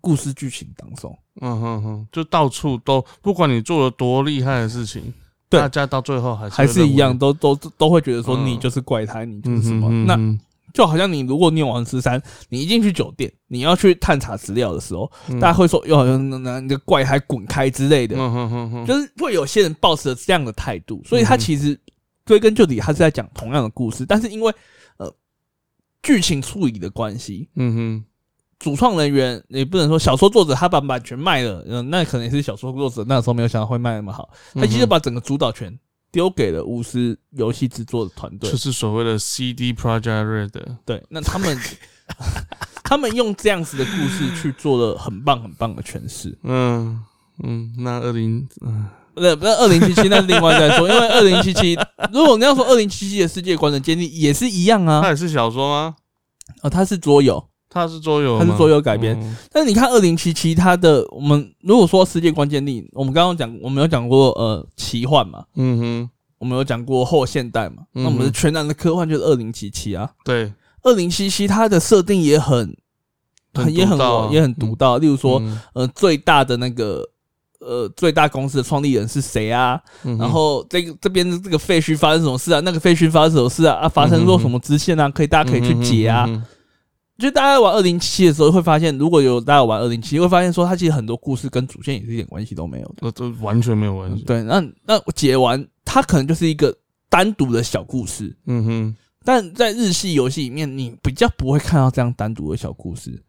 Speaker 2: 故事剧情当中。
Speaker 1: 嗯哼哼，就到处都，不管你做了多厉害的事情，
Speaker 2: 对
Speaker 1: 大家到最后还是
Speaker 2: 还是一样，
Speaker 1: 的，
Speaker 2: 都都都会觉得说
Speaker 1: 嗯
Speaker 2: 你就是怪胎，你就
Speaker 1: 嗯
Speaker 2: 是什
Speaker 1: 哼
Speaker 2: 么？
Speaker 1: 哼
Speaker 2: 那
Speaker 1: 哼
Speaker 2: 就好像你如果你有玩十三，你一进去酒店，你要去探查资料的时候，
Speaker 1: 嗯
Speaker 2: 大家会说哟，那那你的怪胎滚开之类的。
Speaker 1: 嗯哼哼哼，嗯
Speaker 2: 就是会有些人抱持着这样的态度，所以他其实归根究底，它是在讲同样的故事，但是因为呃剧情处理的关系，
Speaker 1: 嗯
Speaker 2: 主创人员也不能说小说作者他把版权卖了，嗯、那可能也是小说作者那时候没有想到会卖那么好，
Speaker 1: 哼，
Speaker 2: 他其
Speaker 1: 嗯
Speaker 2: 实
Speaker 1: 哼
Speaker 2: 把整个主导权丢给了巫师游戏制作的团队
Speaker 1: 就，是所谓的 CD Project Red，
Speaker 2: (laughs) 对，那他们他们用这样子的故事去做了很棒很棒的诠释。
Speaker 1: 嗯嗯，那二零嗯
Speaker 2: 那那二零七七那是另外再说，因为二零七七， (laughs) 如果你要说二零七七的世界观的建立也是一样
Speaker 1: 它
Speaker 2: 啊，
Speaker 1: 也是小说吗？
Speaker 2: 哦，它是桌游，
Speaker 1: 它是桌游吗，
Speaker 2: 它是桌游改编
Speaker 1: 嗯
Speaker 2: 但是你看二零七七，它的我们如果说世界观建立，我们刚刚讲，我们有讲过呃奇幻嘛，
Speaker 1: 嗯哼，
Speaker 2: 我们有讲过后现代嘛，那我
Speaker 1: 嗯
Speaker 2: 们
Speaker 1: 哼
Speaker 2: 全然的科幻就是二零七七啊，
Speaker 1: 对，
Speaker 2: 二零七七它的设定也很
Speaker 1: 很
Speaker 2: 很也
Speaker 1: 独
Speaker 2: 很
Speaker 1: 到啊
Speaker 2: 也很独到，例如说
Speaker 1: 嗯
Speaker 2: 呃最大的那个。呃，最大公司的创立人是谁啊？
Speaker 1: 嗯哼
Speaker 2: 然后这个这边的这个废墟发生什么事啊？那个废墟发生什么事啊？啊，发生
Speaker 1: 嗯
Speaker 2: 过
Speaker 1: 哼
Speaker 2: 什么支线啊？可以大家可以去解啊。
Speaker 1: 嗯哼嗯哼
Speaker 2: 就大家在玩二零七的时候，会发现如果有大家有玩二零七，会发现说它其实很多故事跟主线也是一点关系都没有的。
Speaker 1: 那都完全没有关系，
Speaker 2: 嗯对，那那我解完它可能就是一个单独的小故事，
Speaker 1: 嗯哼，
Speaker 2: 但在日系游戏里面，你比较不会看到这样单独的小故事。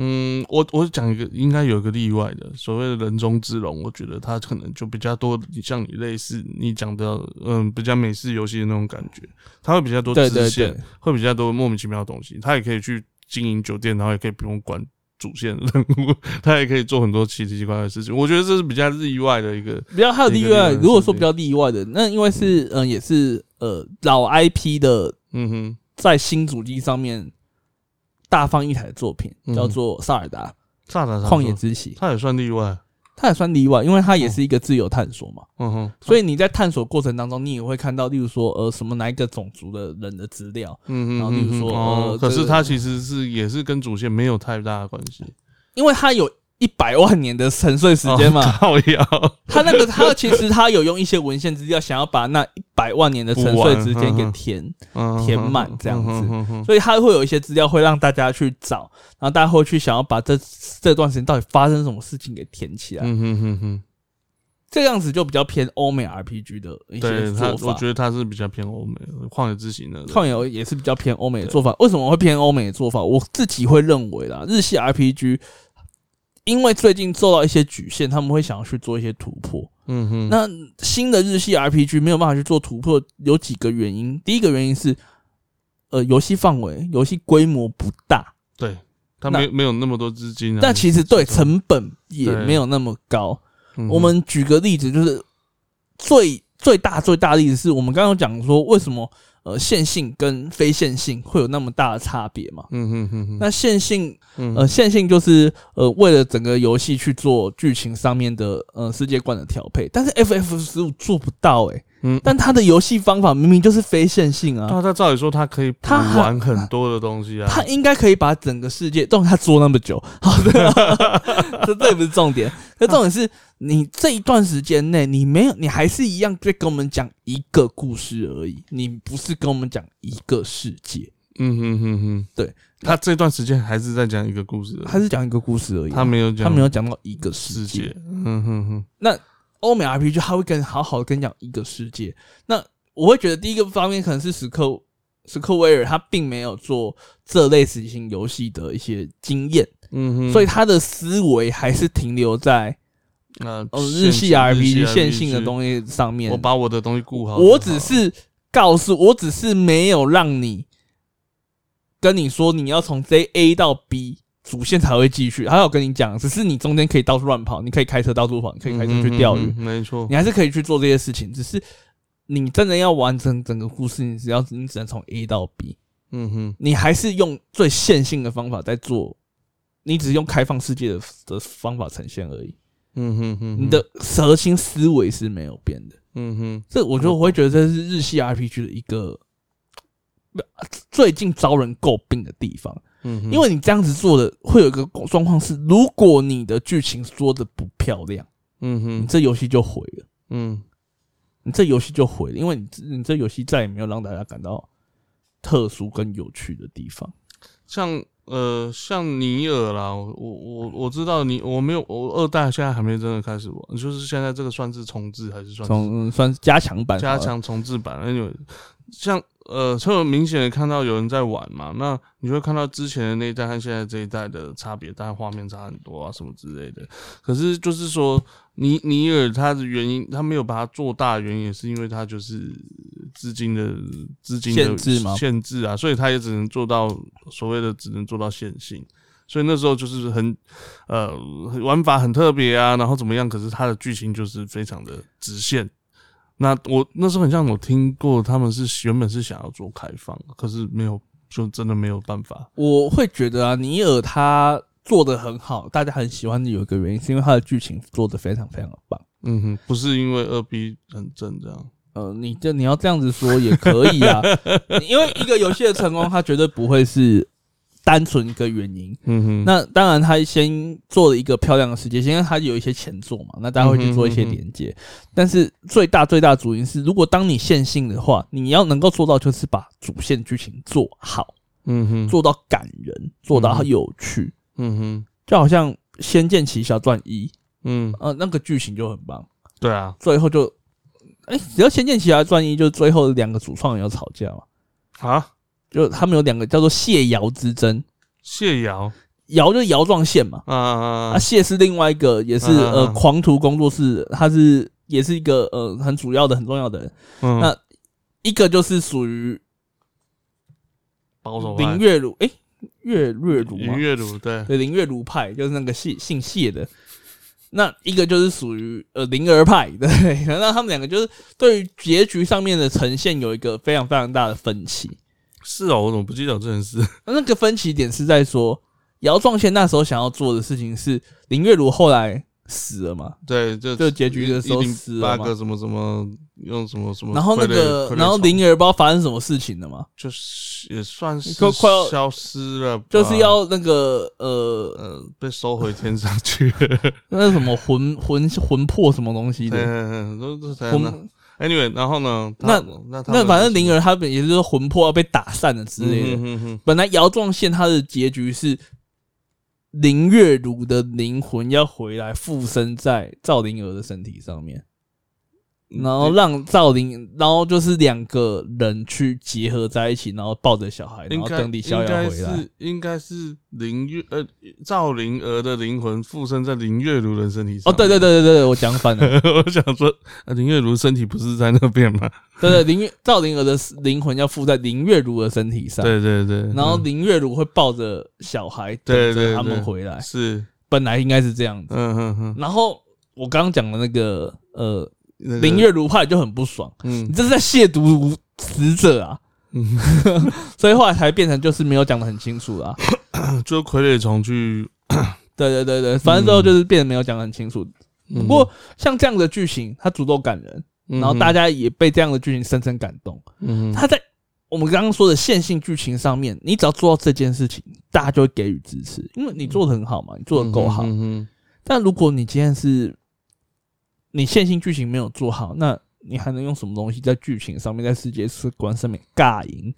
Speaker 1: 嗯，我我讲一个，应该有一个例外的，所谓的人中之龙，我觉得它可能就比较多，像你类似你讲的，嗯，比较美式游戏的那种感觉，它会比较多
Speaker 2: 对
Speaker 1: 支
Speaker 2: 对
Speaker 1: 线，
Speaker 2: 对，
Speaker 1: 会比较多莫名其妙的东西，它也可以去经营酒店，然后也可以不用管主线的任务， (laughs) 它也可以做很多奇奇怪怪的事情，我觉得这是比较意外的一个，
Speaker 2: 比较还有
Speaker 1: 一
Speaker 2: 例
Speaker 1: 个例外
Speaker 2: 外，
Speaker 1: 的
Speaker 2: 如果说
Speaker 1: 设定
Speaker 2: 比较例外的，那因为是嗯、呃也是呃老 IP 的
Speaker 1: 嗯哼，
Speaker 2: 在新主机上面大放异彩的作品，
Speaker 1: 嗯
Speaker 2: 叫做《萨尔达：
Speaker 1: 萨达
Speaker 2: 旷野之息》，
Speaker 1: 它也算例外，
Speaker 2: 它也算例外，因为它也是一个自由探索嘛。
Speaker 1: 嗯哼，
Speaker 2: 所以你在探索过程当中，你也会看到，例如说呃什么哪一个种族的人的资料，
Speaker 1: 嗯哼，
Speaker 2: 然后例如
Speaker 1: 嗯哼
Speaker 2: 说
Speaker 1: 哦
Speaker 2: 呃
Speaker 1: 可
Speaker 2: 这
Speaker 1: 是
Speaker 2: 个
Speaker 1: 它其实是也是跟主线没有太大的关系，
Speaker 2: 因为它有一百万年的沉睡时间嘛。
Speaker 1: 哦，靠腰。
Speaker 2: 它那个它其实它有用一些文献资料，想要把那一百万年的沉睡时间给填，
Speaker 1: 嗯
Speaker 2: (laughs) 填满这样子
Speaker 1: 子。
Speaker 2: 所以它会有一些资料会让大家去找，然后大家会去想要把这这段时间到底发生什么事情给填起来。
Speaker 1: 嗯哼哼哼，
Speaker 2: 这样子就比较偏欧美 RPG 的一些
Speaker 1: 对他
Speaker 2: 做，
Speaker 1: 我
Speaker 2: 法。
Speaker 1: 觉得他是比较偏欧美的旷野之行的人。
Speaker 2: 创友也是比较偏欧美的做法。为什么会偏欧美的做法？我自己会认为啦，日系 RPG 因为最近受到一些局限，他们会想要去做一些突破。
Speaker 1: 嗯哼，
Speaker 2: 那新的日系 RPG 没有办法去做突破，有几个原因。第一个原因是，呃，游戏范围、游戏规模不大，
Speaker 1: 对他
Speaker 2: 那
Speaker 1: 没没有那么多资金啊。
Speaker 2: 但其实对
Speaker 1: 是
Speaker 2: 成本也没有那么高。
Speaker 1: 嗯哼
Speaker 2: 我们举个例子，就是最最大最大的例子是我们刚刚讲说，为什么呃线性跟非线性会有那么大的差别嘛？
Speaker 1: 嗯哼哼哼，
Speaker 2: 那线性
Speaker 1: 嗯
Speaker 2: 呃线性就是呃为了整个游戏去做剧情上面的呃世界观的调配，但是 FF 十五做不到诶、
Speaker 1: 嗯，
Speaker 2: 但它的游戏方法明明就是非线性啊，
Speaker 1: 那他照理说他可以补
Speaker 2: 他很
Speaker 1: 完很多的东西啊。
Speaker 2: 它应该可以把整个世界，但它做那么久， (laughs) 好的，这这也不是重点，那重点是你这一段时间内，你没有，你还是一样在跟我们讲一个故事而已，你不是跟我们讲一个世界，
Speaker 1: 嗯哼哼哼，
Speaker 2: 对，
Speaker 1: 他这段时间还是在讲一个故事的，
Speaker 2: 还是讲一个故事而已啊、
Speaker 1: 他没有讲，
Speaker 2: 他没有讲到一个世
Speaker 1: 世
Speaker 2: 界
Speaker 1: 界。。嗯哼哼，
Speaker 2: 那欧美 RPG 他会跟好好的跟你讲一个世界。那我会觉得第一个方面可能是史克史克威尔他并没有做这类型型游戏的一些经验，
Speaker 1: 嗯哼，
Speaker 2: 所以他的思维还是停留在
Speaker 1: 呃
Speaker 2: 呃日系 RPG 线性的
Speaker 1: 西，
Speaker 2: 东西上面
Speaker 1: 我。把我的东西顾好就好了。
Speaker 2: 我只是告诉，我只是没有让你跟你说你要从 J A 到 B。主线才会继续，还有跟你讲，只是你中间可以到处乱跑，你可以开车到处跑，你可以开车去钓鱼，
Speaker 1: 嗯哼哼哼没错。
Speaker 2: 你还是可以去做这些事情，只是你真的要完成整个故事，你只要你只能从 A 到 B，
Speaker 1: 嗯哼，
Speaker 2: 你还是用最线性的方法在做，你只是用开放世界的的方法呈现而已，
Speaker 1: 嗯哼哼哼，
Speaker 2: 你的核心思维是没有变的。
Speaker 1: 嗯哼，
Speaker 2: 这我觉得我会觉得这是日
Speaker 1: 嗯
Speaker 2: 系 RPG 的一个呃最近招人诟病的地方，
Speaker 1: 嗯哼，
Speaker 2: 因为你这样子做的会有一个状况是，如果你的剧情说的不漂亮，
Speaker 1: 嗯
Speaker 2: 你
Speaker 1: 哼，
Speaker 2: 这游戏就毁了。
Speaker 1: 嗯
Speaker 2: 你这游戏就毁了，因为你这你这游戏再也没有让大家感到特殊跟有趣的地方。
Speaker 1: 像呃，像尼尔啦，我我我知道你，我没有，我二代现在还没真的开始玩，就是现在这个算是重置还是算是
Speaker 2: 从、嗯算是加强版好
Speaker 1: 加
Speaker 2: 了，
Speaker 1: 强重置版？那有像呃，就有明显的看到有人在玩嘛，那你就会看到之前的那一代和现在这一代的差别，当然画面差很多啊，什么之类的。可是就是说，尼尼尔它的原因，它没有把它做大，的原因也是因为它就是资金的资金的
Speaker 2: 限制吗
Speaker 1: 限制啊，所以它也只能做到所谓的只能做到线性。所以那时候就是很，呃，玩法很特别啊，然后怎么样？可是它的剧情就是非常的直线。那我那时候很像我听过，他们是原本是想要做开放，可是没有，就真的没有办法。
Speaker 2: 我会觉得啊，尼尔他做的很好，大家很喜欢的有一个原因是因为他的剧情做的非常非常的棒。
Speaker 1: 嗯哼，不是因为二 B 很正这样。
Speaker 2: 呃，你这你要这样子说也可以
Speaker 1: (laughs)
Speaker 2: 啊，因为一个游戏的成功，它绝对不会是单纯一个原因。
Speaker 1: 嗯哼，
Speaker 2: 那当然，它先做了一个漂亮的世界线，因为它有一些前作嘛，那大家会去做
Speaker 1: 嗯
Speaker 2: 一些连接。但是最大最大的主因是，如果当你线性的话，你要能够做到就是把主线剧情做好，
Speaker 1: 嗯哼，
Speaker 2: 做到感人，做到有趣，
Speaker 1: 嗯哼，
Speaker 2: 就好像《仙剑奇侠传一》，
Speaker 1: 嗯，
Speaker 2: 呃，那个剧情就很棒，
Speaker 1: 对啊，
Speaker 2: 最后就，哎、只要《仙剑奇侠传一》，就是最后两个主创人要吵架嘛，
Speaker 1: 啊，
Speaker 2: 就他们有两个叫做谢瑶之争，
Speaker 1: 谢瑶
Speaker 2: 瑶就是瑶状线嘛，
Speaker 1: 啊
Speaker 2: 啊，，谢是另外一个，也是
Speaker 1: 嗯嗯
Speaker 2: 呃
Speaker 1: 嗯
Speaker 2: 狂徒工作室，他是也是一个呃很主要的、很重要的人。
Speaker 1: 嗯
Speaker 2: 那一个就是属于
Speaker 1: 保守
Speaker 2: 林月如，诶，月月如
Speaker 1: 林
Speaker 2: 吗？
Speaker 1: 月如对，
Speaker 2: 对，林月如派就是那个姓姓谢的。那一个就是属于呃灵儿派， (laughs) 对，那他们两个就是对于结局上面的呈现有一个非常非常大的分歧。
Speaker 1: 是哦，我怎么不记得有这件事？
Speaker 2: 那那个分歧点是在说，姚壮宪那时候想要做的事情是林月如后来死了嘛，
Speaker 1: 对，就
Speaker 2: (laughs) 就结局的时候
Speaker 1: 一零
Speaker 2: 死了
Speaker 1: 八
Speaker 2: 嘛
Speaker 1: 个什么什么用什么什么傀儡，
Speaker 2: 然后那个
Speaker 1: 傀儡，
Speaker 2: 然后
Speaker 1: 虫
Speaker 2: 灵儿不知道发生什么事情了嘛，
Speaker 1: 就是也算是
Speaker 2: 快快要
Speaker 1: 消失了吧，
Speaker 2: 就是要那个呃，
Speaker 1: 呃被收回天上
Speaker 2: (laughs)
Speaker 1: 去了。
Speaker 2: 那什么魂魂魂魄什么东西的，
Speaker 1: 嗯，都都才能。
Speaker 2: 魂
Speaker 1: Anyway，然后呢？
Speaker 2: 那
Speaker 1: 他那他
Speaker 2: 那
Speaker 1: 们
Speaker 2: 反正灵儿她本也就是魂魄要被打散了之类
Speaker 1: 嗯
Speaker 2: 的。
Speaker 1: 哼哼
Speaker 2: 本来姚壮宪他的结局是林月如的灵魂要回来附身在赵灵儿的身体上面，
Speaker 1: 嗯
Speaker 2: 然后让赵灵，然后就是两个人去结合在一起，然后抱着小孩，然
Speaker 1: 应
Speaker 2: 后
Speaker 1: 该
Speaker 2: 等李
Speaker 1: 应
Speaker 2: 逍遥
Speaker 1: 该
Speaker 2: 回来。
Speaker 1: 是应该是林月呃赵灵儿的灵魂附身在林月如的身体上。
Speaker 2: 哦，对对，对对对，我讲反了。
Speaker 1: (laughs) 我想说，呃林月如身体不是在那边吗？
Speaker 2: 对对，林月赵灵儿的灵魂要附在林月如的身体上，
Speaker 1: 对对对，
Speaker 2: 然后
Speaker 1: 嗯
Speaker 2: 林月如会抱着小孩等
Speaker 1: 对对
Speaker 2: 着
Speaker 1: 对
Speaker 2: 他们回来，
Speaker 1: 是
Speaker 2: 本来应该是这样子。
Speaker 1: 嗯哼哼，
Speaker 2: 然后我刚刚讲的那个呃
Speaker 1: 那个
Speaker 2: 林月如派就很不爽，
Speaker 1: 嗯
Speaker 2: 你这是在亵渎死者啊！ (laughs) 所以后来才变成就是没有讲的很清楚啦。
Speaker 1: 就傀儡虫去，
Speaker 2: 对对对对，反正最后就是变得没有讲的很清楚。
Speaker 1: 嗯
Speaker 2: 不过像这样的剧情，它足够感人，
Speaker 1: 嗯
Speaker 2: 然
Speaker 1: 哼
Speaker 2: 后大家也被这样的剧情深深感动。
Speaker 1: 嗯哼
Speaker 2: 他在我们刚刚说的线性剧情上面，你只要做到这件事情，大家就会给予支持，因为你做的很好嘛，你做的够好。
Speaker 1: 嗯哼
Speaker 2: 但如果你今天是你线性剧情没有做好，那你还能用什么东西在剧情上面，在世界观上面尬赢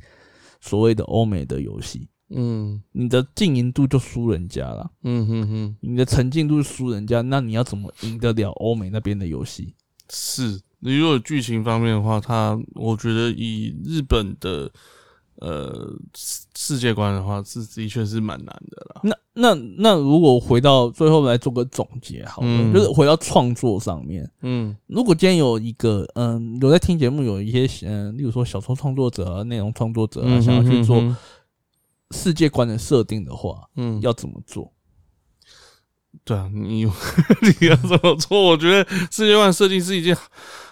Speaker 2: 所谓的欧美的游戏？
Speaker 1: 嗯
Speaker 2: 你的经营度就输人家了，
Speaker 1: 嗯哼哼，
Speaker 2: 你的沉浸度输人家，那你要怎么赢得了欧美那边的游戏？
Speaker 1: 是，如果剧情方面的话，它我觉得以日本的呃世世界观的话，是的确是蛮难的啦。
Speaker 2: 那那那如果回到最后来做个总结好了，
Speaker 1: 嗯
Speaker 2: 就是回到创作上面，
Speaker 1: 嗯
Speaker 2: 如果今天有一个嗯有在听节目有一些嗯，例如说小说创作者、啊、内容创作者、啊
Speaker 1: 嗯，
Speaker 2: 想要去做
Speaker 1: 嗯
Speaker 2: 世界观的设定的话，
Speaker 1: 嗯，嗯
Speaker 2: 要怎么做？
Speaker 1: 对啊，你 (laughs) 你要怎么做？我觉得世界观设定是一件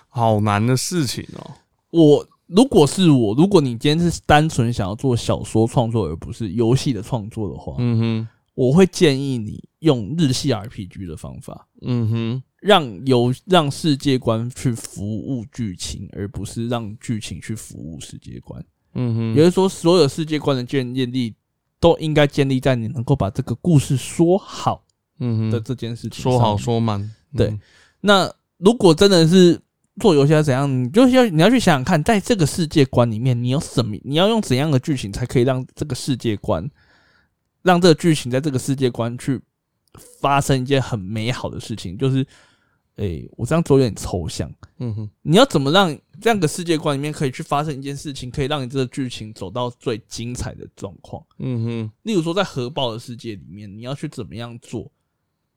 Speaker 1: 好难的事情哦。
Speaker 2: 我如果是我，如果你今天是单纯想要做小说创作而不是游戏的创作的话，
Speaker 1: 嗯哼，
Speaker 2: 我会建议你用日系 RPG 的方法，
Speaker 1: 嗯哼，
Speaker 2: 让游让世界观去服务剧情，而不是让剧情去服务世界观。
Speaker 1: 嗯哼，
Speaker 2: 也就是说，所有世界观的建建立都应该建立在你能够把这个故事说好
Speaker 1: 嗯
Speaker 2: 的
Speaker 1: 哼，
Speaker 2: 这件事情上
Speaker 1: 说好
Speaker 2: 面。
Speaker 1: 说满。
Speaker 2: 对
Speaker 1: 嗯，
Speaker 2: 那如果真的是做游戏要怎样，你就是要你要去想想看，在这个世界观里面，你有什么，你要用怎样的剧情才可以让这个世界观让这个剧情在这个世界观去发生一件很美好的事情，就是，诶、我这样做有点抽象。
Speaker 1: 嗯哼，
Speaker 2: 你要怎么让这样的世界观里面可以去发生一件事情，可以让你这个剧情走到最精彩的状况？
Speaker 1: 嗯哼，
Speaker 2: 例如说，在核爆的世界里面，你要去怎么样做，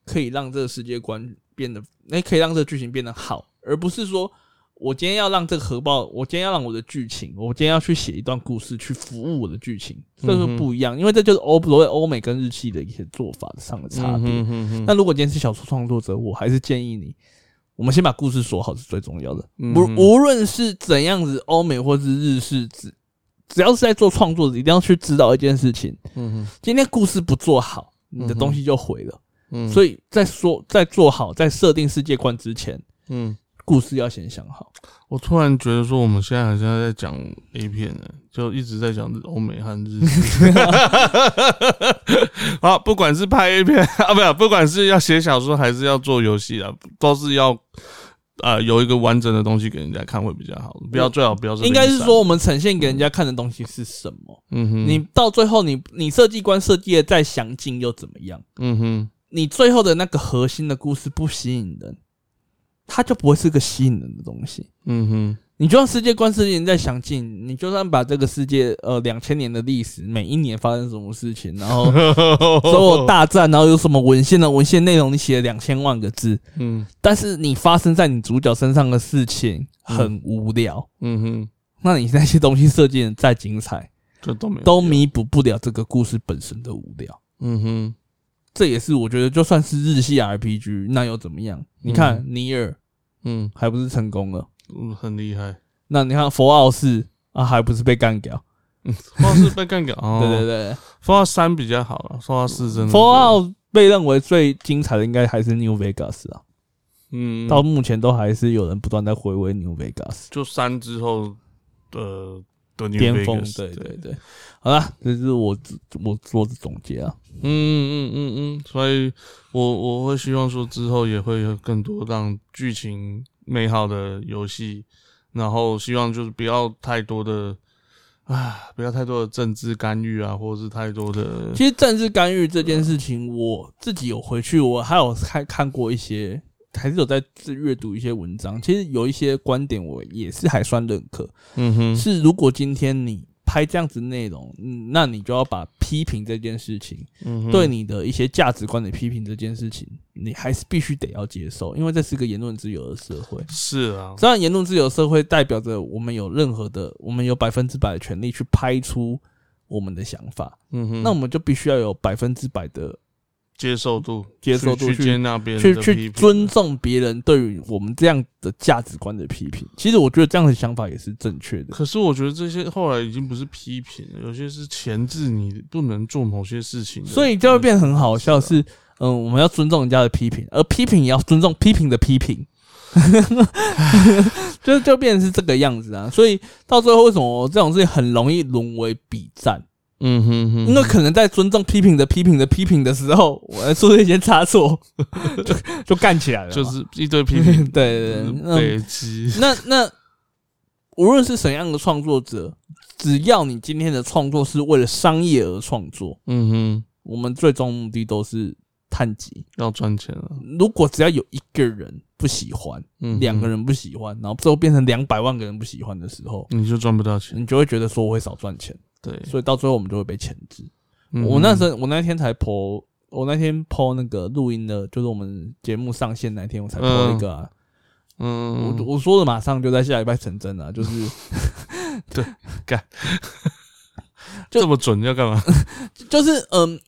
Speaker 2: 可以让这个世界观变得，哎、可以让这个剧情变得好，而不是说我今天要让这个核爆，我今天要让我的剧情，我今天要去写一段故事去服务我的剧情，这是
Speaker 1: 嗯哼
Speaker 2: 不一样，因为这就是欧所谓欧美跟日系的一些做法上的差别。
Speaker 1: 嗯哼哼
Speaker 2: 那如果今天是小说创作者，我还是建议你，我们先把故事说好是最重要的。
Speaker 1: 嗯
Speaker 2: 无
Speaker 1: 哼
Speaker 2: 无论是怎样子，欧美或是日式，只只要是在做创作者，一定要去知道一件事情：
Speaker 1: 嗯
Speaker 2: 今天故事不做好，你
Speaker 1: 嗯
Speaker 2: 的
Speaker 1: 哼
Speaker 2: 东西就毁了。
Speaker 1: 嗯哼，以
Speaker 2: 所以在说在做好在设定世界观之前，
Speaker 1: 嗯，
Speaker 2: 故事要先想好。
Speaker 1: 我突然觉得说我们现在好像在讲 A 片呢、就一直在讲欧美和日式。 (laughs) 好，不管是拍 A 片啊，不，不管是要写小说还是要做游戏啊，都是要呃有一个完整的东西给人家看会比较好，不要最好不要是
Speaker 2: 应该是
Speaker 1: 零散
Speaker 2: 说，，我们呈现给人家看的东西是什么？
Speaker 1: 嗯哼，
Speaker 2: 你到最后你，你设计观设计的再详尽又怎么样？
Speaker 1: 嗯哼，
Speaker 2: 你最后的那个核心的故事不吸引人，它就不会是个吸引人的东西。
Speaker 1: 嗯哼，
Speaker 2: 你就算世界观世界再详尽，你就算把这个世界呃两千年的历史，每一年发生什么事情，然后
Speaker 1: 哦
Speaker 2: 所有大战，然后有什么文献的文献内容，你写了两千万个字，
Speaker 1: (laughs) 嗯
Speaker 2: 但是你发生在你主角身上的事情很无聊，
Speaker 1: 嗯哼，
Speaker 2: 那你那些东西设计的再精彩，
Speaker 1: 这都没嗯有
Speaker 2: 都弥补不了这个故事本身的无聊。
Speaker 1: 嗯哼，
Speaker 2: 这也是我觉得，就算是日系 RPG，那又怎么样？你看《尼尔》
Speaker 1: 嗯
Speaker 2: 还不是成功了？
Speaker 1: 嗯，很厉害，
Speaker 2: 那你看《佛奥士》啊，还不是被干掉？
Speaker 1: 或是被干掉，哦
Speaker 2: (laughs) 对对对，
Speaker 1: 说到三比较好了，说到四真的
Speaker 2: 《
Speaker 1: 是
Speaker 2: 佛奥》被认为最精彩的应该还是《New Vegas》啊，
Speaker 1: 嗯，
Speaker 2: 到目前都还是有人不断在回味《New Vegas
Speaker 1: 就三之后的的》New
Speaker 2: 巅峰。
Speaker 1: Vegas，
Speaker 2: 对对对，好啦，这是我自我做的总结啊。
Speaker 1: 嗯嗯嗯嗯，所以我我会希望说之后也会有更多让剧情美好的游戏，然后希望就是不要太多的。啊，不要太多的政治干预啊，或者是太多的，
Speaker 2: 其实政治干预这件事情，我自己有回去，我还有看看过一些，还是有在自阅读一些文章。其实有一些观点，我也是还算认可。
Speaker 1: 嗯哼，
Speaker 2: 是如果今天你拍这样子内容，嗯，那你就要把批评这件事情，
Speaker 1: 嗯哼，
Speaker 2: 对你的一些价值观的批评这件事情，你还是必须得要接受，因为这是个言论自由的社会。
Speaker 1: 是啊，
Speaker 2: 这样言论自由社会代表着我们有任何的，我们有百分之百的权利去拍出我们的想法，
Speaker 1: 嗯哼，
Speaker 2: 那我们就必须要有百分之百的
Speaker 1: 接受度，
Speaker 2: 接受度
Speaker 1: 去
Speaker 2: 去
Speaker 1: 去接纳别人
Speaker 2: 去
Speaker 1: 的批
Speaker 2: 去
Speaker 1: 评
Speaker 2: 尊重别人对于我们这样的价值观的批评。其实我觉得这样的想法也是正确的。
Speaker 1: 可是我觉得这些后来已经不是批评了，有些是钳制你不能做某些事情的，
Speaker 2: 所以就会变得很好笑是，
Speaker 1: 啊
Speaker 2: 嗯，我们要尊重人家的批评，而批评也要尊重批评的批评， (laughs) 就就变成是这个样子啊。所以到最后，为什么这种事情很容易沦为比战？
Speaker 1: 嗯哼哼，
Speaker 2: 因为可能在尊重批评的批评的批评的时候，我来说一些差
Speaker 1: (laughs)
Speaker 2: 错， (laughs) 就就干起来了嘛。
Speaker 1: 就是一堆批评，
Speaker 2: (laughs) 对对对，嗯
Speaker 1: 北极，
Speaker 2: 那那无论是怎样的创作者，只要你今天的创作是为了商业而创作，
Speaker 1: 嗯哼，
Speaker 2: 我们最终目的都是探集。
Speaker 1: 要赚钱了，
Speaker 2: 如果只要有一个人不喜欢，
Speaker 1: 嗯哼，
Speaker 2: 两个人不喜欢，然后最后变成两百万个人不喜欢的时候，
Speaker 1: 你就赚不到钱，
Speaker 2: 你就会觉得说我会少赚钱，
Speaker 1: 对，
Speaker 2: 所以到最后我们就会被钳制。
Speaker 1: 嗯哼
Speaker 2: 我那时候，我那天才 po，我那天 po 那个录音的，就是我们节目上线那天，我才 po 一个、啊，
Speaker 1: 嗯，
Speaker 2: 我我说的马上就在下礼拜成真了、就是
Speaker 1: 嗯这么准要干嘛？
Speaker 2: 就是嗯。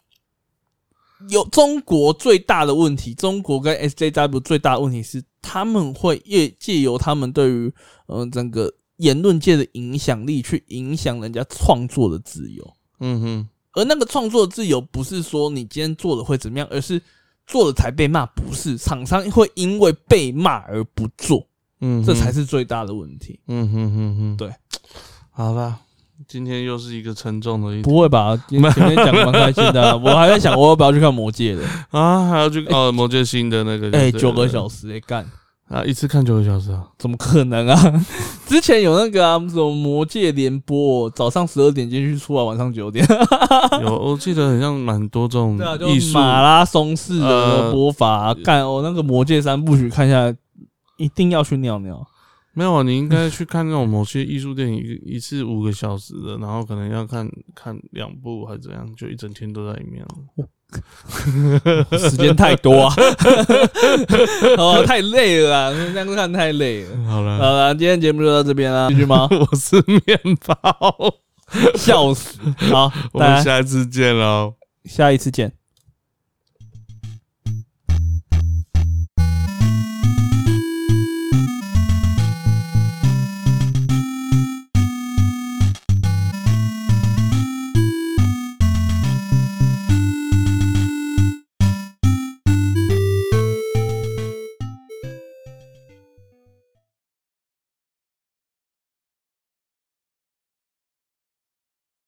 Speaker 2: 有中国最大的问题，中国跟 SJW 最大的问题是，他们会借借由他们对于嗯、呃整个言论界的影响力，去影响人家创作的自由。
Speaker 1: 嗯哼，
Speaker 2: 而那个创作自由，不是说你今天做了会怎么样，而是做了才被骂，不是厂商会因为被骂而不做，
Speaker 1: 嗯哼，
Speaker 2: 这才是最大的问题。
Speaker 1: 嗯哼哼哼，
Speaker 2: 对，
Speaker 1: 好啦，今天又是一个沉重的一
Speaker 2: 不会吧？今天前面讲得蛮开心的 (laughs) 啊、我还在想哎我要不要去看《魔戒》的。
Speaker 1: 啊，还要去哦，魔界新的那个，
Speaker 2: 哎、
Speaker 1: 对
Speaker 2: 九个小时哎、干，
Speaker 1: 啊，一次看九个小时啊，
Speaker 2: 怎么可能啊？ (laughs) 之前有那个啊，什么《魔界联播》，早上十二点进去，出来晚上九点。
Speaker 1: (laughs) 有我记得好像蛮多这种
Speaker 2: 对啊，就
Speaker 1: 艺术，
Speaker 2: 马拉松式的
Speaker 1: 呃
Speaker 2: 播法啊、干、哦，那个《魔界三部曲》看下来，一定要去尿尿。
Speaker 1: 没有啊，你应该去看那种某些艺术电影，一一次五个小时的，然后可能要看看两部还是怎样，就一整天都在里面了。
Speaker 2: (laughs) 时间太多 (laughs) 啊，哦，太累了啊，这样看太累了。
Speaker 1: 好
Speaker 2: 好
Speaker 1: 了，
Speaker 2: 了，今天节目就到这边啦，继续 (laughs) 吗？
Speaker 1: (laughs) 我是面包，
Speaker 2: 笑死！好，
Speaker 1: 我
Speaker 2: 大
Speaker 1: 们
Speaker 2: 家
Speaker 1: 下次见喽。
Speaker 2: 下一次见。